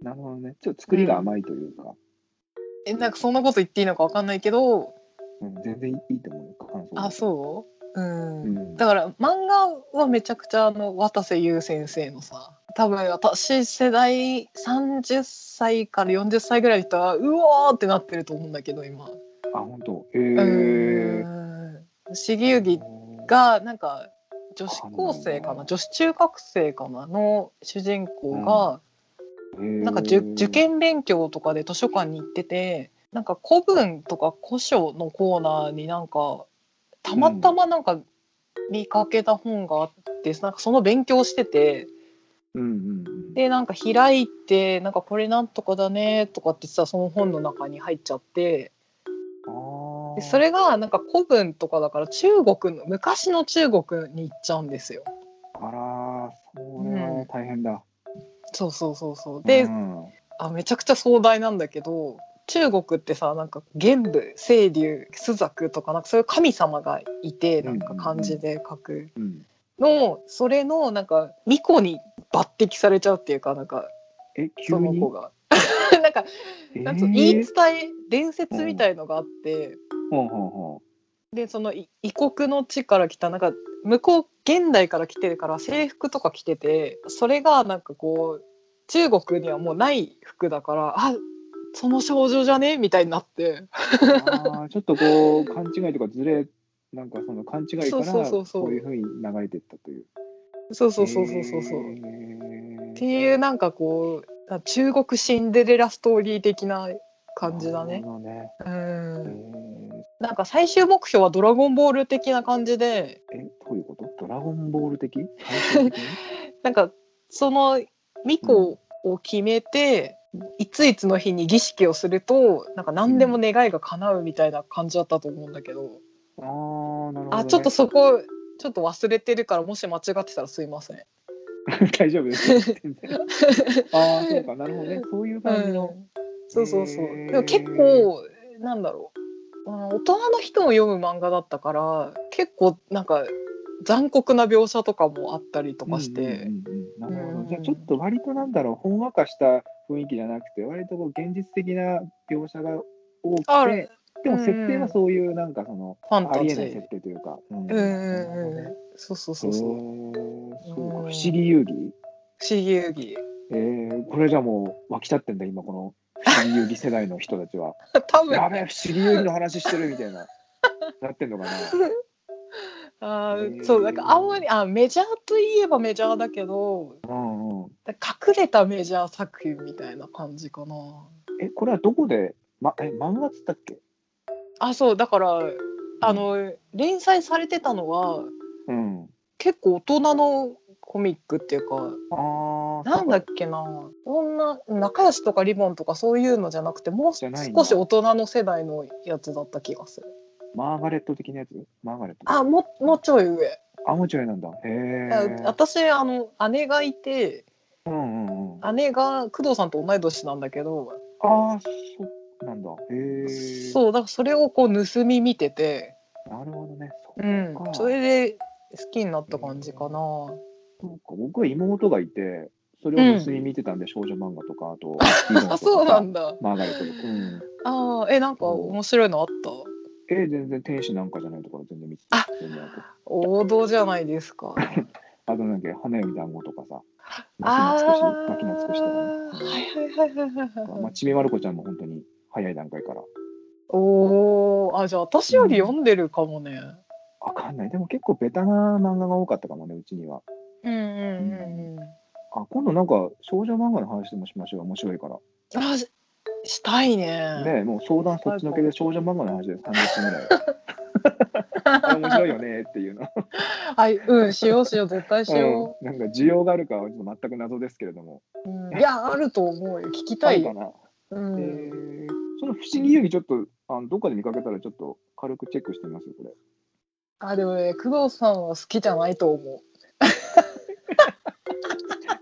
Speaker 1: なるほどね。ちょっと作りが甘いというか、
Speaker 2: えなんかそんなこと言っていいのかわかんないけど
Speaker 1: うん、全然いいと思うよ感想
Speaker 2: あそううん
Speaker 1: うん
Speaker 2: だから漫画はめちゃくちゃあの渡瀬優先生のさ多分私世代30歳から40歳ぐらいの人はうおーってなってると思うんだけど今。
Speaker 1: あ、本当。へ
Speaker 2: う
Speaker 1: え。
Speaker 2: ーん重幸がなんか女子高生かな女子中学生かなの主人公が、
Speaker 1: な
Speaker 2: なんか受受験勉強とかで図書館に行っててなんか古文とか古書のコーナーになんかたまたまなんか見かけた本があって、なんかその勉強してて
Speaker 1: うんうんうん、
Speaker 2: でなんか開いてなんかこれなんとかだねとかってさその本の中に入っちゃって
Speaker 1: あー
Speaker 2: でそれがなんか古文とかだから中国の昔の中国に行っちゃうんですよ。
Speaker 1: あらーそれは大変だ。
Speaker 2: そうそうそうそうで、
Speaker 1: うん
Speaker 2: あめちゃくちゃ壮大なんだけど中国ってさなんか玄武清流朱雀とかなんかそういう神様がいてなんか漢字で書く
Speaker 1: うん、
Speaker 2: のそれのなんか巫女に抜擢されちゃうっていうかなんか
Speaker 1: え急
Speaker 2: その
Speaker 1: に
Speaker 2: 子が [laughs] なんか
Speaker 1: えー
Speaker 2: なんつうの言い伝え伝説みたいのがあって
Speaker 1: ほうほうほ
Speaker 2: [laughs] でそのい異国の地から来たなんか向こう現代から来てるから制服とか着ててそれがなんかこう中国にはもうない服だからあその少女じゃねみたいになって
Speaker 1: うあーちょっとこう勘違いとかずれなんかその勘違いから
Speaker 2: そうそうそうそう
Speaker 1: こういうふうに流れてったという。
Speaker 2: そうそうそうそうそうそう。
Speaker 1: へ
Speaker 2: っ
Speaker 1: ー
Speaker 2: ていうなんかこうあ中国シンデレラストーリー的な感じだ
Speaker 1: なる
Speaker 2: ね。
Speaker 1: ほどね
Speaker 2: うん。なんか最終目標はドラゴンボール的な感じで
Speaker 1: えーえどういうこと？ドラゴンボール的？最終
Speaker 2: [laughs]
Speaker 1: 的に
Speaker 2: なんかその巫女を決めて、いついつの日に儀式をするとなんか何でも願いが叶うみたいな感じだったと思うんだけど、
Speaker 1: あーなるほど、ね。
Speaker 2: あちょっとそこちょっと忘れてるからもし間違ってたらすいません。
Speaker 1: [laughs] 大丈夫
Speaker 2: [laughs]
Speaker 1: です。全然ああそうかなるほどねそういう感じの。
Speaker 2: うんそうそうそう
Speaker 1: へー
Speaker 2: でも結構なんだろう、うん、大人の人も読む漫画だったから結構なんか残酷な描写とかもあったりとかして、
Speaker 1: うんうんうんなるほ
Speaker 2: う
Speaker 1: ど
Speaker 2: ん
Speaker 1: じゃあちょっと割となんだろうほんわかした雰囲気じゃなくて割とこう現実的な描写が多く
Speaker 2: あ
Speaker 1: て
Speaker 2: る
Speaker 1: でも設定はそういうなんかその、
Speaker 2: ファン
Speaker 1: あ
Speaker 2: タ
Speaker 1: り
Speaker 2: ジ
Speaker 1: えない設
Speaker 2: ー。
Speaker 1: 定というか、
Speaker 2: うんう
Speaker 1: なるほ
Speaker 2: ん
Speaker 1: ど
Speaker 2: う
Speaker 1: ね
Speaker 2: ん。そうそう
Speaker 1: そ
Speaker 2: そう
Speaker 1: うそう
Speaker 2: そう。
Speaker 1: か不
Speaker 2: うん
Speaker 1: 思議遊戯
Speaker 2: 不思議遊戯。
Speaker 1: えー、これじゃもう沸き立ってんだ今この不思議遊戯世代の人たち
Speaker 2: [laughs]
Speaker 1: は
Speaker 2: 多分
Speaker 1: やべえ不思議遊戯の話してるみたいななってんのかな
Speaker 2: あー
Speaker 1: へー
Speaker 2: そうなんかあんまりあメジャーといえばメジャーだけど
Speaker 1: うんうん
Speaker 2: 隠れたメジャー作品みたいな感じかな
Speaker 1: えこれはどこで、ま、え漫画っつったっけ
Speaker 2: あそうだからあの連載されてたのは
Speaker 1: うん
Speaker 2: 結構大人のコミックっていうか
Speaker 1: ああ
Speaker 2: なんだっけなそんな仲良しとかリボンとかそういうのじゃなくてもう
Speaker 1: じゃないんだ
Speaker 2: 少し大人の世代のやつだった気がする
Speaker 1: マーガレット的なやつマーガレット
Speaker 2: あももうちょい上、
Speaker 1: あもちろんなんだへえ
Speaker 2: 私あの姉がいて
Speaker 1: うんうんうんあ
Speaker 2: 姉が工藤さんと同い年なんだけど
Speaker 1: あーそうなんだへえ
Speaker 2: そうだからそれをこう盗み見てて、
Speaker 1: なるほどねそう
Speaker 2: う
Speaker 1: か、
Speaker 2: ん、それで好きになった感じかな。
Speaker 1: そうか僕は妹がいてそれを盗み見てたんで、少女漫画とかあ
Speaker 2: [laughs]
Speaker 1: とリボンとか
Speaker 2: あそうなんだ。
Speaker 1: マーガレットとか、うん、
Speaker 2: ああえなんか面白いのあった
Speaker 1: え全然天使なんかじゃないとか全然見てた
Speaker 2: あ
Speaker 1: 全然あと
Speaker 2: 王道じゃないですか。
Speaker 1: あとなんか花より団子とかさ
Speaker 2: あ
Speaker 1: 夏
Speaker 2: あ
Speaker 1: の少し夏の少しとかね、
Speaker 2: はいはいはいはいはい
Speaker 1: ま
Speaker 2: は
Speaker 1: あ、
Speaker 2: い。
Speaker 1: ちびまる子ちゃんも本当に早い段階から
Speaker 2: おおあじゃあ私より読んでるかもね。
Speaker 1: わかんないでも結構ベタな漫画が多かったかもねうちには
Speaker 2: うんうんうんうん。
Speaker 1: あ今度なんか少女漫画の話でもしましょう面白いから
Speaker 2: あししたいね。
Speaker 1: ねえもう相談そっちのけで少女漫画の話で30分ぐ
Speaker 2: [laughs]
Speaker 1: らいあれ面白いよねっていうの
Speaker 2: はいうんしようしよう絶対しよ
Speaker 1: うん、なんか需要があるかはちょっと全く謎ですけれども。
Speaker 2: う。うんいやあると思うよ聞きた
Speaker 1: ある
Speaker 2: い
Speaker 1: か
Speaker 2: よ。
Speaker 1: な、
Speaker 2: うん
Speaker 1: えーその不思議遊戯ちょっとあのどっかで見かけたらちょっと軽くチェックしてみますよこれ。
Speaker 2: あでもね工藤さんは好きじゃないと思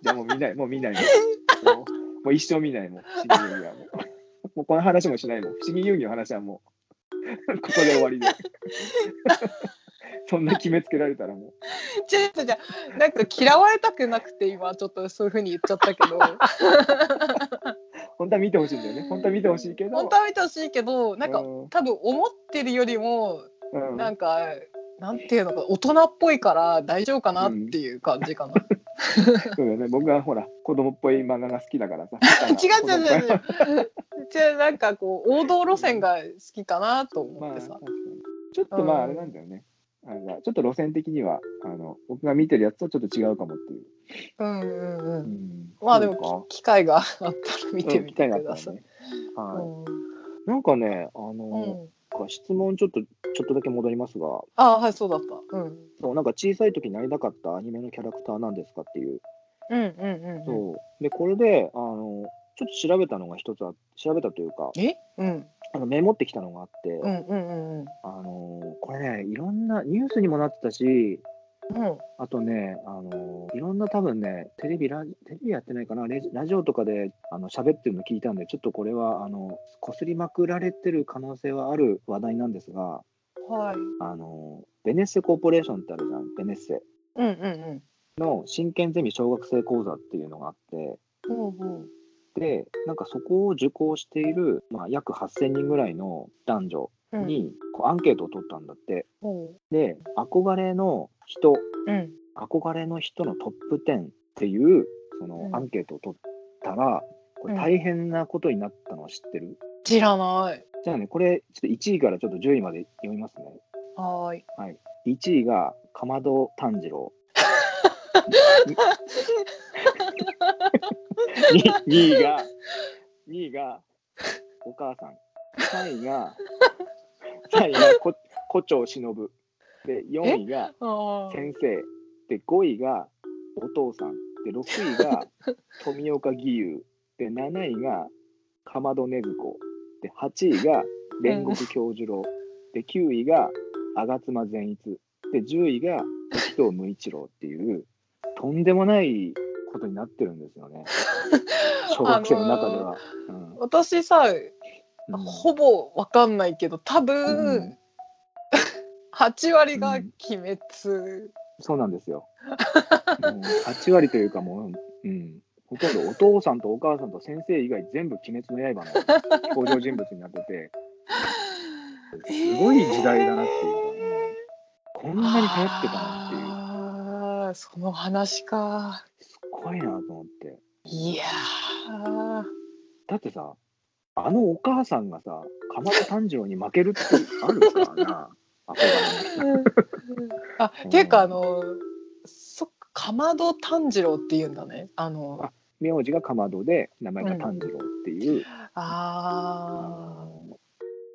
Speaker 1: じゃあもう見ないもう見ないもうもうもう一生見ないもう不思議遊戯はもう。もうこの話もしないもん不思議遊戯の話はもうここで終わり
Speaker 2: [laughs]
Speaker 1: でそんな決めつけられたらも
Speaker 2: う。じゃじゃじゃなんか嫌われたくなくて今ちょっとそういう風に言っちゃったけど
Speaker 1: う本当は見てほしいんだよね本当は見てほしいけど
Speaker 2: 本当は見てほしいけどなんか、
Speaker 1: うん
Speaker 2: 多分思ってるよりも
Speaker 1: うん
Speaker 2: なんか、なんていうのか大人っぽいから大丈夫かなっていう感じかな。
Speaker 1: そうだよね僕はほら子供っぽい漫画が好きだからさ
Speaker 2: [laughs] [laughs] 違う違う違う
Speaker 1: う
Speaker 2: 違う。じゃあなんかこう王道路線が好きかなと
Speaker 1: まあ
Speaker 2: 思って、さ
Speaker 1: 確。かにちょっとま
Speaker 2: うん
Speaker 1: ああれなんだよね、あのちょっと路線的にはあの僕が見てるやつとちょっと違うかもっていう、
Speaker 2: うんうんうん。
Speaker 1: ん
Speaker 2: まあで
Speaker 1: そうか
Speaker 2: もき機会があったら見て
Speaker 1: うん
Speaker 2: み
Speaker 1: 機会
Speaker 2: て
Speaker 1: があっ
Speaker 2: く
Speaker 1: たら
Speaker 2: ださい。
Speaker 1: ねはい
Speaker 2: うん
Speaker 1: なんかねあ
Speaker 2: う
Speaker 1: の、
Speaker 2: ん、
Speaker 1: なんか質問ちょっとちょっとだけ戻りますが
Speaker 2: あはいそうだった。うん
Speaker 1: そうなんか小さい時になりたかったアニメのキャラクターなんですかっていう
Speaker 2: うんうんうんうん。
Speaker 1: そうでこれであのちょっと調べたのが一つあ調べたというか
Speaker 2: えうん
Speaker 1: あのメモってきたのがあって、
Speaker 2: うんうんうんうん
Speaker 1: あのこれねいろんなニュースにもなってたし
Speaker 2: うん
Speaker 1: あとね、あのいろんな多分ね、テレビラ、テレビやってないかな、レジラジオとかであの喋ってるの聞いたんで、ちょっとこれは、あの、こすりまくられてる可能性はある話題なんですが、
Speaker 2: はい
Speaker 1: あのベネッセコーポレーションってあるじゃん、ベネッセ
Speaker 2: うんうん
Speaker 1: の真剣ゼミ小学生講座っていうのがあって、
Speaker 2: うんうんうん
Speaker 1: で、なんかそこを受講している、まあ、約8000人ぐらいの男女
Speaker 2: うん
Speaker 1: に、こうアンケートを取ったんだって。
Speaker 2: ほ
Speaker 1: で、憧れの人、
Speaker 2: ううん
Speaker 1: 憧れの人のトップ10っていうその
Speaker 2: うん
Speaker 1: アンケートを取ったら、これ大変なことになったのは知ってる、
Speaker 2: 知らない
Speaker 1: じゃあねこれちょっと1位からちょっと10位まで読みますね
Speaker 2: はーい
Speaker 1: 1位がかまど炭治郎 2, 位が2位がお母さん3位が3位がこ胡蝶忍で4位が
Speaker 2: あー
Speaker 1: 先生で5位がお父さんで6位が富岡義勇で7位がかまどねずこで8位が煉獄杏寿郎で9位が吾妻善逸で10位が時藤無一郎っていうとんでもないことになってるんですよね小学生の中では。うん
Speaker 2: 私さ
Speaker 1: うん
Speaker 2: ほぼわかんないけど多分、
Speaker 1: うん
Speaker 2: 8割が
Speaker 1: うん
Speaker 2: 鬼滅、
Speaker 1: そうなんですよ。もう8割というかもう、うん、ほとんどお父さんとお母さんと先生以外全部鬼滅の刃の
Speaker 2: [laughs]
Speaker 1: 登場人物になってて、すごい時代だなっていうか、うんこんなに流行ってたなっていう、
Speaker 2: あーその話か
Speaker 1: すごいなと思って。
Speaker 2: いや
Speaker 1: [laughs]
Speaker 2: ー
Speaker 1: だってさ、あのお母さんがさ、鎌田炭治郎に負けるってあるから
Speaker 2: [laughs]
Speaker 1: な、憧れの人
Speaker 2: あっていうかあのそっかかまど炭治郎って言うんだねあの
Speaker 1: 名字が鎌戸で、名前が炭治郎っていう。
Speaker 2: あ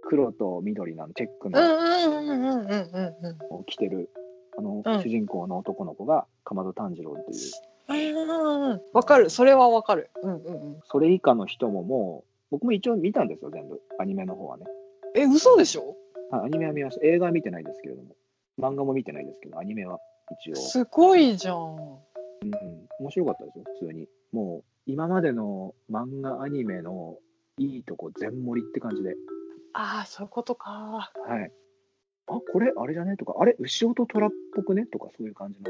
Speaker 1: 黒と緑のチェック
Speaker 2: ーう
Speaker 1: の
Speaker 2: んうんうんうんうんうん
Speaker 1: を着てる、あ
Speaker 2: う
Speaker 1: の
Speaker 2: ん
Speaker 1: 主人公の男の子がかまど炭治郎っていう、
Speaker 2: うんうんわかるそれはわかるうんうんうん
Speaker 1: それ以下の人ももう僕も一応見たんですよ全部アニメの方はね
Speaker 2: え嘘でしょ
Speaker 1: あアニメは見ました映画は見てないですけれども漫画も見てないですけどアニメは一応、
Speaker 2: すごいじゃん
Speaker 1: うん、面白かったですよ普通にもう今までの漫画アニメのいいとこ全盛りって感じで
Speaker 2: ああそういうことか
Speaker 1: はいあこれあれじゃねとかあれ牛音虎っぽくねとかそういう感じの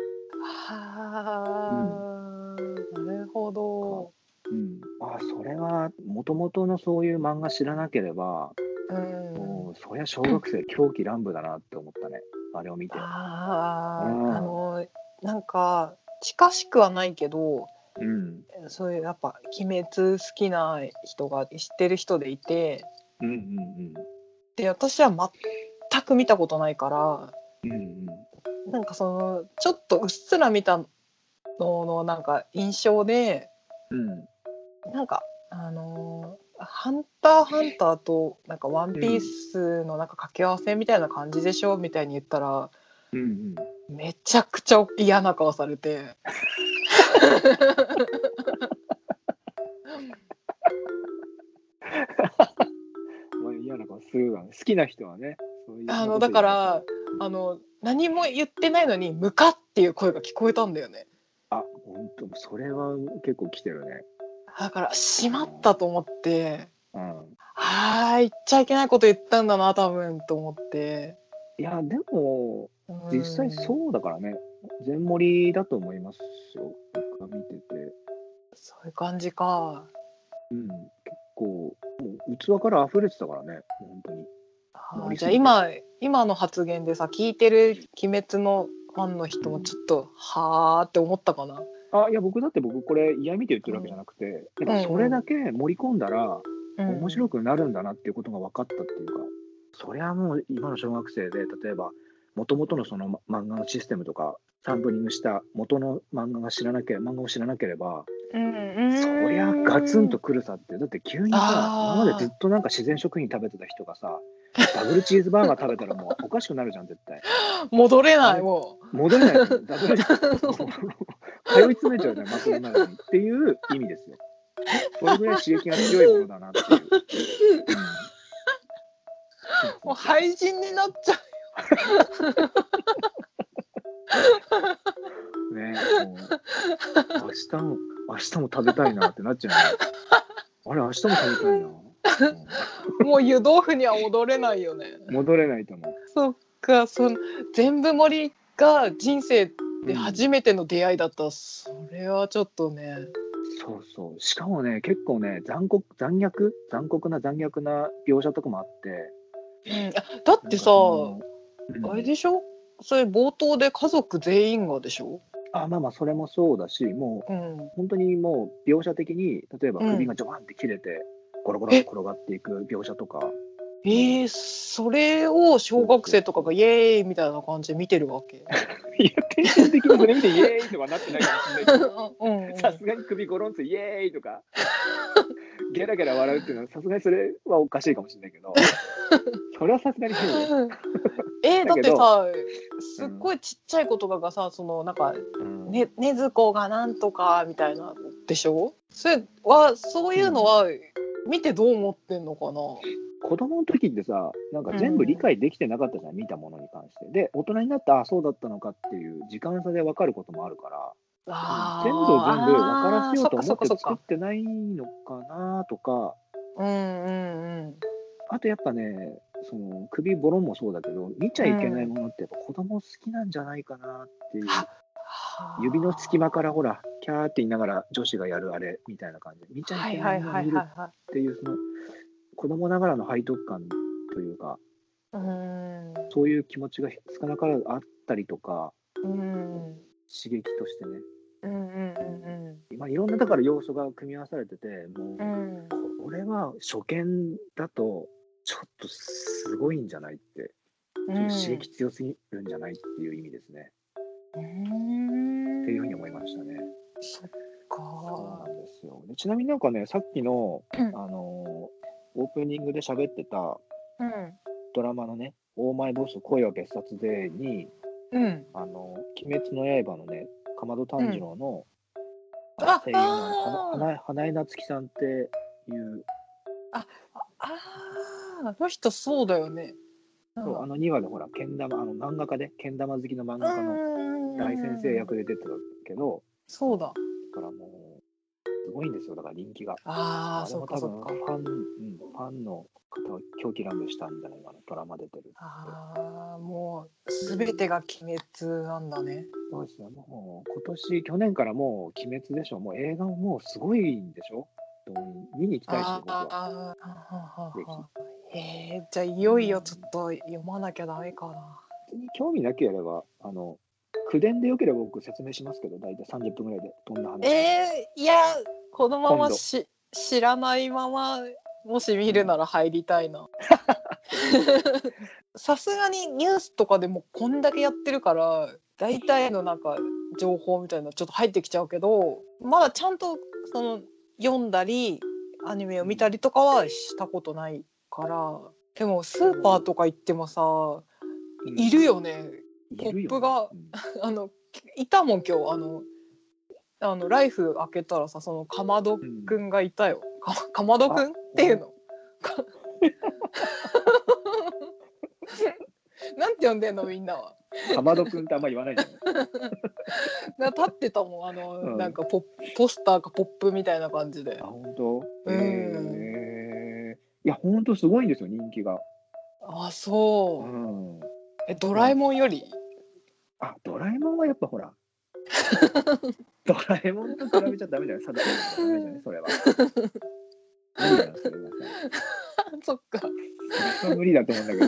Speaker 2: はあ、なるほど
Speaker 1: うん、あそれはもともとのそういう漫画知らなければ、
Speaker 2: うん
Speaker 1: もうそりゃ小学生狂気乱舞だなって思ったねあれを見て、
Speaker 2: ああ、
Speaker 1: うん
Speaker 2: あのなんか近しくはないけど
Speaker 1: うん
Speaker 2: そういうやっぱ「鬼滅」好きな人が知ってる人でいて
Speaker 1: うんうん
Speaker 2: で私は全く見たことないから
Speaker 1: うんうん
Speaker 2: なんかそのちょっとうっすら見たののなんか印象で
Speaker 1: うんうん
Speaker 2: なんかあのーハンターハンター」と「なんかワンピースのなんか掛け合わせみたいな感じでしょみたいに言ったら
Speaker 1: うんうん
Speaker 2: めちゃくちゃ嫌な顔されて。
Speaker 1: まあ嫌な顔するわね好きな人はねそういう
Speaker 2: あのだからあの何も言ってないのに「ムカ」っていう声が聞こえたんだよね
Speaker 1: あ本当それは結構来てるね
Speaker 2: だから「しまった」と思って
Speaker 1: うん
Speaker 2: 「はーい言っちゃいけないこと言ったんだな多分」と思って
Speaker 1: いやでも
Speaker 2: うん
Speaker 1: 実際そうだからね全盛りだと思いますよ僕が見てて
Speaker 2: そういう感じか
Speaker 1: うん結構もう器から溢れてたからね本当に
Speaker 2: あ
Speaker 1: 盛
Speaker 2: ー
Speaker 1: り
Speaker 2: じ
Speaker 1: す
Speaker 2: ゃ
Speaker 1: ぎ
Speaker 2: あ
Speaker 1: て
Speaker 2: 今今の発言でさ聞いてる「鬼滅」のファンの人もちょっと「はーって思ったかな
Speaker 1: あいや僕だって僕これ嫌味で言ってるわけじゃなくて、
Speaker 2: ん
Speaker 1: なんかそれだけ盛り込んだら
Speaker 2: うん
Speaker 1: 面白くなるんだなっていうことが分かったっていうか、そりゃもう今の小学生で例えば元々のそのま漫画のシステムとかサンプリングした元の漫画が知らなければ漫画を知らなければ、
Speaker 2: うんうん
Speaker 1: そりゃガツンとくるさってだって急にさ
Speaker 2: あー
Speaker 1: 今までずっとなんか自然食品食べてた人がさダブルチーズバーガー食べたらもうおかしくなるじゃん絶対
Speaker 2: 戻れないも
Speaker 1: 戻れない [laughs] よダブル通い詰めちゃうねマクドナルドにっていう意味ですよそれぐらい刺激が強いものだなって
Speaker 2: [laughs]
Speaker 1: いう、
Speaker 2: うもう廃人になっちゃう
Speaker 1: うんねもう明日も明日も食べたいなってなっちゃうねあれ明日も食べたいな、
Speaker 2: もう湯豆腐には戻れないよね
Speaker 1: うん戻れないと思う
Speaker 2: そっかその全部盛りが人生で初めての出会いだったら、それはちょっとね
Speaker 1: そうそうしかもね結構ね残酷残虐残酷な残虐な描写とかもあって
Speaker 2: うんあだってさ、
Speaker 1: なんか
Speaker 2: あれでしょそれ冒頭で家族全員がでしょ、
Speaker 1: あまあまあそれもそうだしもう
Speaker 2: うん、
Speaker 1: 本当にもう描写的に例えば
Speaker 2: うん
Speaker 1: 首がジョバンって切れて、ゴロゴロと転がっていく描写と
Speaker 2: [laughs]
Speaker 1: か
Speaker 2: えー、それを小学生とかがイエーイみたいな感じで見てるわけ、
Speaker 1: いやテンション的にそれ見てイエーイとかなってないかもしれな
Speaker 2: う
Speaker 1: い
Speaker 2: んうんうん、
Speaker 1: けどさすがに首ゴロンってイエーイとかゲラゲラ笑うっていうのはさすがにそれはおかしいかもしれないけどそれはさすがに変だよ、
Speaker 2: えー、だ
Speaker 1: だ
Speaker 2: っ
Speaker 1: け
Speaker 2: て
Speaker 1: ど
Speaker 2: さすっごいちっちゃい子とかがさそのなんかね、ねずこがなんとかみたいなでしょそれはそういうのは見てどう思ってんのかな、
Speaker 1: 子供の時ってさなんか全部理解できてなかったじゃん、見たものに関してで大人になったらあそうだったのかっていう時間差で分かることもあるから、
Speaker 2: あー
Speaker 1: 全部を全部分からせようと
Speaker 2: あーそ
Speaker 1: 思
Speaker 2: っか
Speaker 1: って
Speaker 2: そっかそっ
Speaker 1: 作
Speaker 2: か
Speaker 1: ってないのかなとか
Speaker 2: うんうんうん
Speaker 1: あとやっぱね、その首ボロンもそうだけど、見ちゃいけないものってやっぱ子供好きなんじゃないかなっていう、指の隙間からほら、キャーって言いながら女子がやるあれみたいな感じで、見ちゃ
Speaker 2: はいい
Speaker 1: けない
Speaker 2: はい
Speaker 1: ものを
Speaker 2: はい
Speaker 1: 見る
Speaker 2: は
Speaker 1: っ
Speaker 2: いはい
Speaker 1: ていう、その子供ながらの背徳感というか、
Speaker 2: うーん
Speaker 1: そういう気持ちが少なからずあったりとか、
Speaker 2: うん
Speaker 1: 刺激としてね、
Speaker 2: うんうん
Speaker 1: 今いろんなだから要素が組み合わされてて、もう
Speaker 2: うんう。ん
Speaker 1: これは初見だとちょっとすごいんじゃないって、
Speaker 2: う
Speaker 1: ちょっ
Speaker 2: ん
Speaker 1: と刺激強すぎるんじゃないっていう意味ですね、
Speaker 2: うーん
Speaker 1: っていうふうに思いましたね。
Speaker 2: そ
Speaker 1: そ
Speaker 2: っ
Speaker 1: う
Speaker 2: か
Speaker 1: なんですよでちなみになんかねさっきの、
Speaker 2: うん
Speaker 1: あのーオープニングで喋ってた
Speaker 2: う
Speaker 1: ドラマのね「オーマイボス恋は別冊で」に
Speaker 2: んうん
Speaker 1: 「あのー鬼滅の刃」のねかまど炭治郎の
Speaker 2: うんあ
Speaker 1: 声優の
Speaker 2: あー
Speaker 1: 花花花江夏樹さんっていう
Speaker 2: あああの人そうだよね
Speaker 1: そうあの2話でほらけん玉あの漫画家でけん玉好きの漫画家の
Speaker 2: の
Speaker 1: 大先生役で出てたけど、
Speaker 2: そうだ
Speaker 1: だからもう、すごいんですよ、だから人気が。
Speaker 2: ああ
Speaker 1: れ
Speaker 2: そ
Speaker 1: も
Speaker 2: うか
Speaker 1: 多
Speaker 2: そう
Speaker 1: 分
Speaker 2: か
Speaker 1: ファン、うん、ファンの方を狂気乱舞したんじゃないかな、ドラマ出てる。
Speaker 2: ああもうすべてが鬼滅なんだね
Speaker 1: そうですね、もう、今年、去年からもう、鬼滅でしょ、もう映画ももうすごいんでしょ、どう見に行きたいし、
Speaker 2: あ
Speaker 1: 僕は。
Speaker 2: あああへえじゃあいよいよちょっと読まなきゃダメかな
Speaker 1: 別に興味なければ、あの、口伝でよければ僕説明しますけど、大体30分ぐらいで、どんな話か
Speaker 2: えー、いやこのま
Speaker 1: 今
Speaker 2: ま
Speaker 1: 度
Speaker 2: し知らないままもし見るなら入りたい
Speaker 1: [laughs]
Speaker 2: なさすがにニュースとかでもこんだけやってるから大体のなんか情報みたいなのちょっと入ってきちゃうけどまだちゃんとその読んだりアニメを見たりとかはしたことないからでもスーパーとか行ってもさ
Speaker 1: うん
Speaker 2: いるよね
Speaker 1: いるよね
Speaker 2: コップが
Speaker 1: うん
Speaker 2: あのいたもん今日あのあのライフ開けたらさそのかまどくんがいたよ、かかまどくんっていうのかなんて呼んでんのみんなは
Speaker 1: かまどくんってあんま言わないじゃない
Speaker 2: な立ってたもんあの、
Speaker 1: うん
Speaker 2: なんかポポスターかポップみたいな感じで
Speaker 1: あ、本当。
Speaker 2: うん
Speaker 1: ええいや、本当すごいんですよ、人気が。
Speaker 2: あ
Speaker 1: う。
Speaker 2: そうんえドラえもんより
Speaker 1: あ、ドラえもんはやっぱほ
Speaker 2: [laughs]
Speaker 1: ら。ドラえもんと比べちゃダメじゃない、定めちゃダメじゃない、それは。無理だなそれは
Speaker 2: あそっか
Speaker 1: それは無理だと思うんだけど、